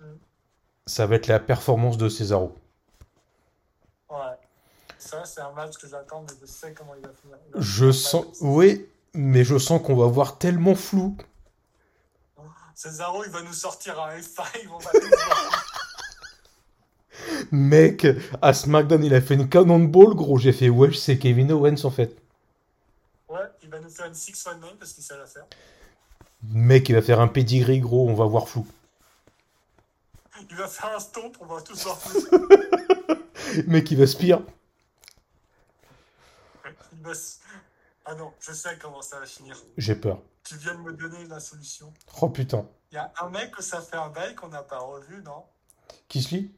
S2: Mm.
S1: Ça va être la performance de Cesaro.
S2: Ouais. Ça, c'est un match que j'attends, mais je sais comment il va finir. Il va
S1: Je
S2: finir
S1: sens.
S2: mal.
S1: Oui, mais je sens qu'on va voir tellement flou.
S2: Cesaro, il va nous sortir un F5, on va nous voir.
S1: Mec, à SmackDown, il a fait une cannonball, gros. J'ai fait wesh, c'est Kevin Owens en fait.
S2: Ouais, il va nous faire une 619 parce qu'il sait la faire.
S1: Mec, il va faire un pedigree, gros. On va voir flou.
S2: Il va faire un stomp, on va tous voir foutre.
S1: Mec, il va spire.
S2: Il va s- Ah non, je sais comment ça va finir.
S1: J'ai peur.
S2: Tu viens de me donner la solution.
S1: Oh putain.
S2: Il y a un mec que ça fait un bail qu'on n'a pas revu, non
S1: Qui se lit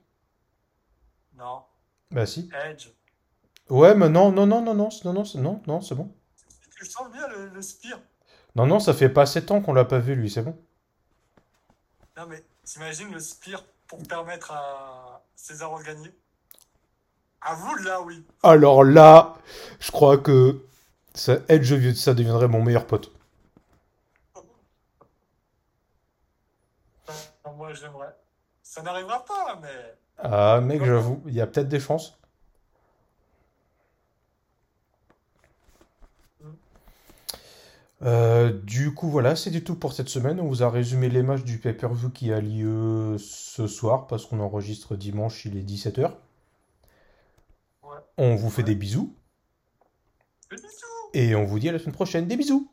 S2: Non.
S1: Bah si.
S2: Edge.
S1: Ouais, mais non, non, non, non, non, non, non, non, non, c'est bon.
S2: Tu sens bien le, le spire.
S1: Non, non, ça fait pas 7 ans qu'on l'a pas vu, lui, c'est bon.
S2: Non mais t'imagines le spire pour permettre à César de gagner À vous là, oui.
S1: Alors là, je crois que ça, Edge, vieux de ça, deviendrait mon meilleur pote.
S2: Enfin, moi j'aimerais. Ça n'arrivera pas, mais.
S1: Ah, mec, j'avoue, il y a peut-être des chances. Euh, du coup, voilà, c'est du tout pour cette semaine. On vous a résumé les matchs du pay-per-view qui a lieu ce soir, parce qu'on enregistre dimanche, il est 17h.
S2: Ouais.
S1: On vous fait des bisous,
S2: Bisous
S1: et on vous dit à la semaine prochaine. Des bisous!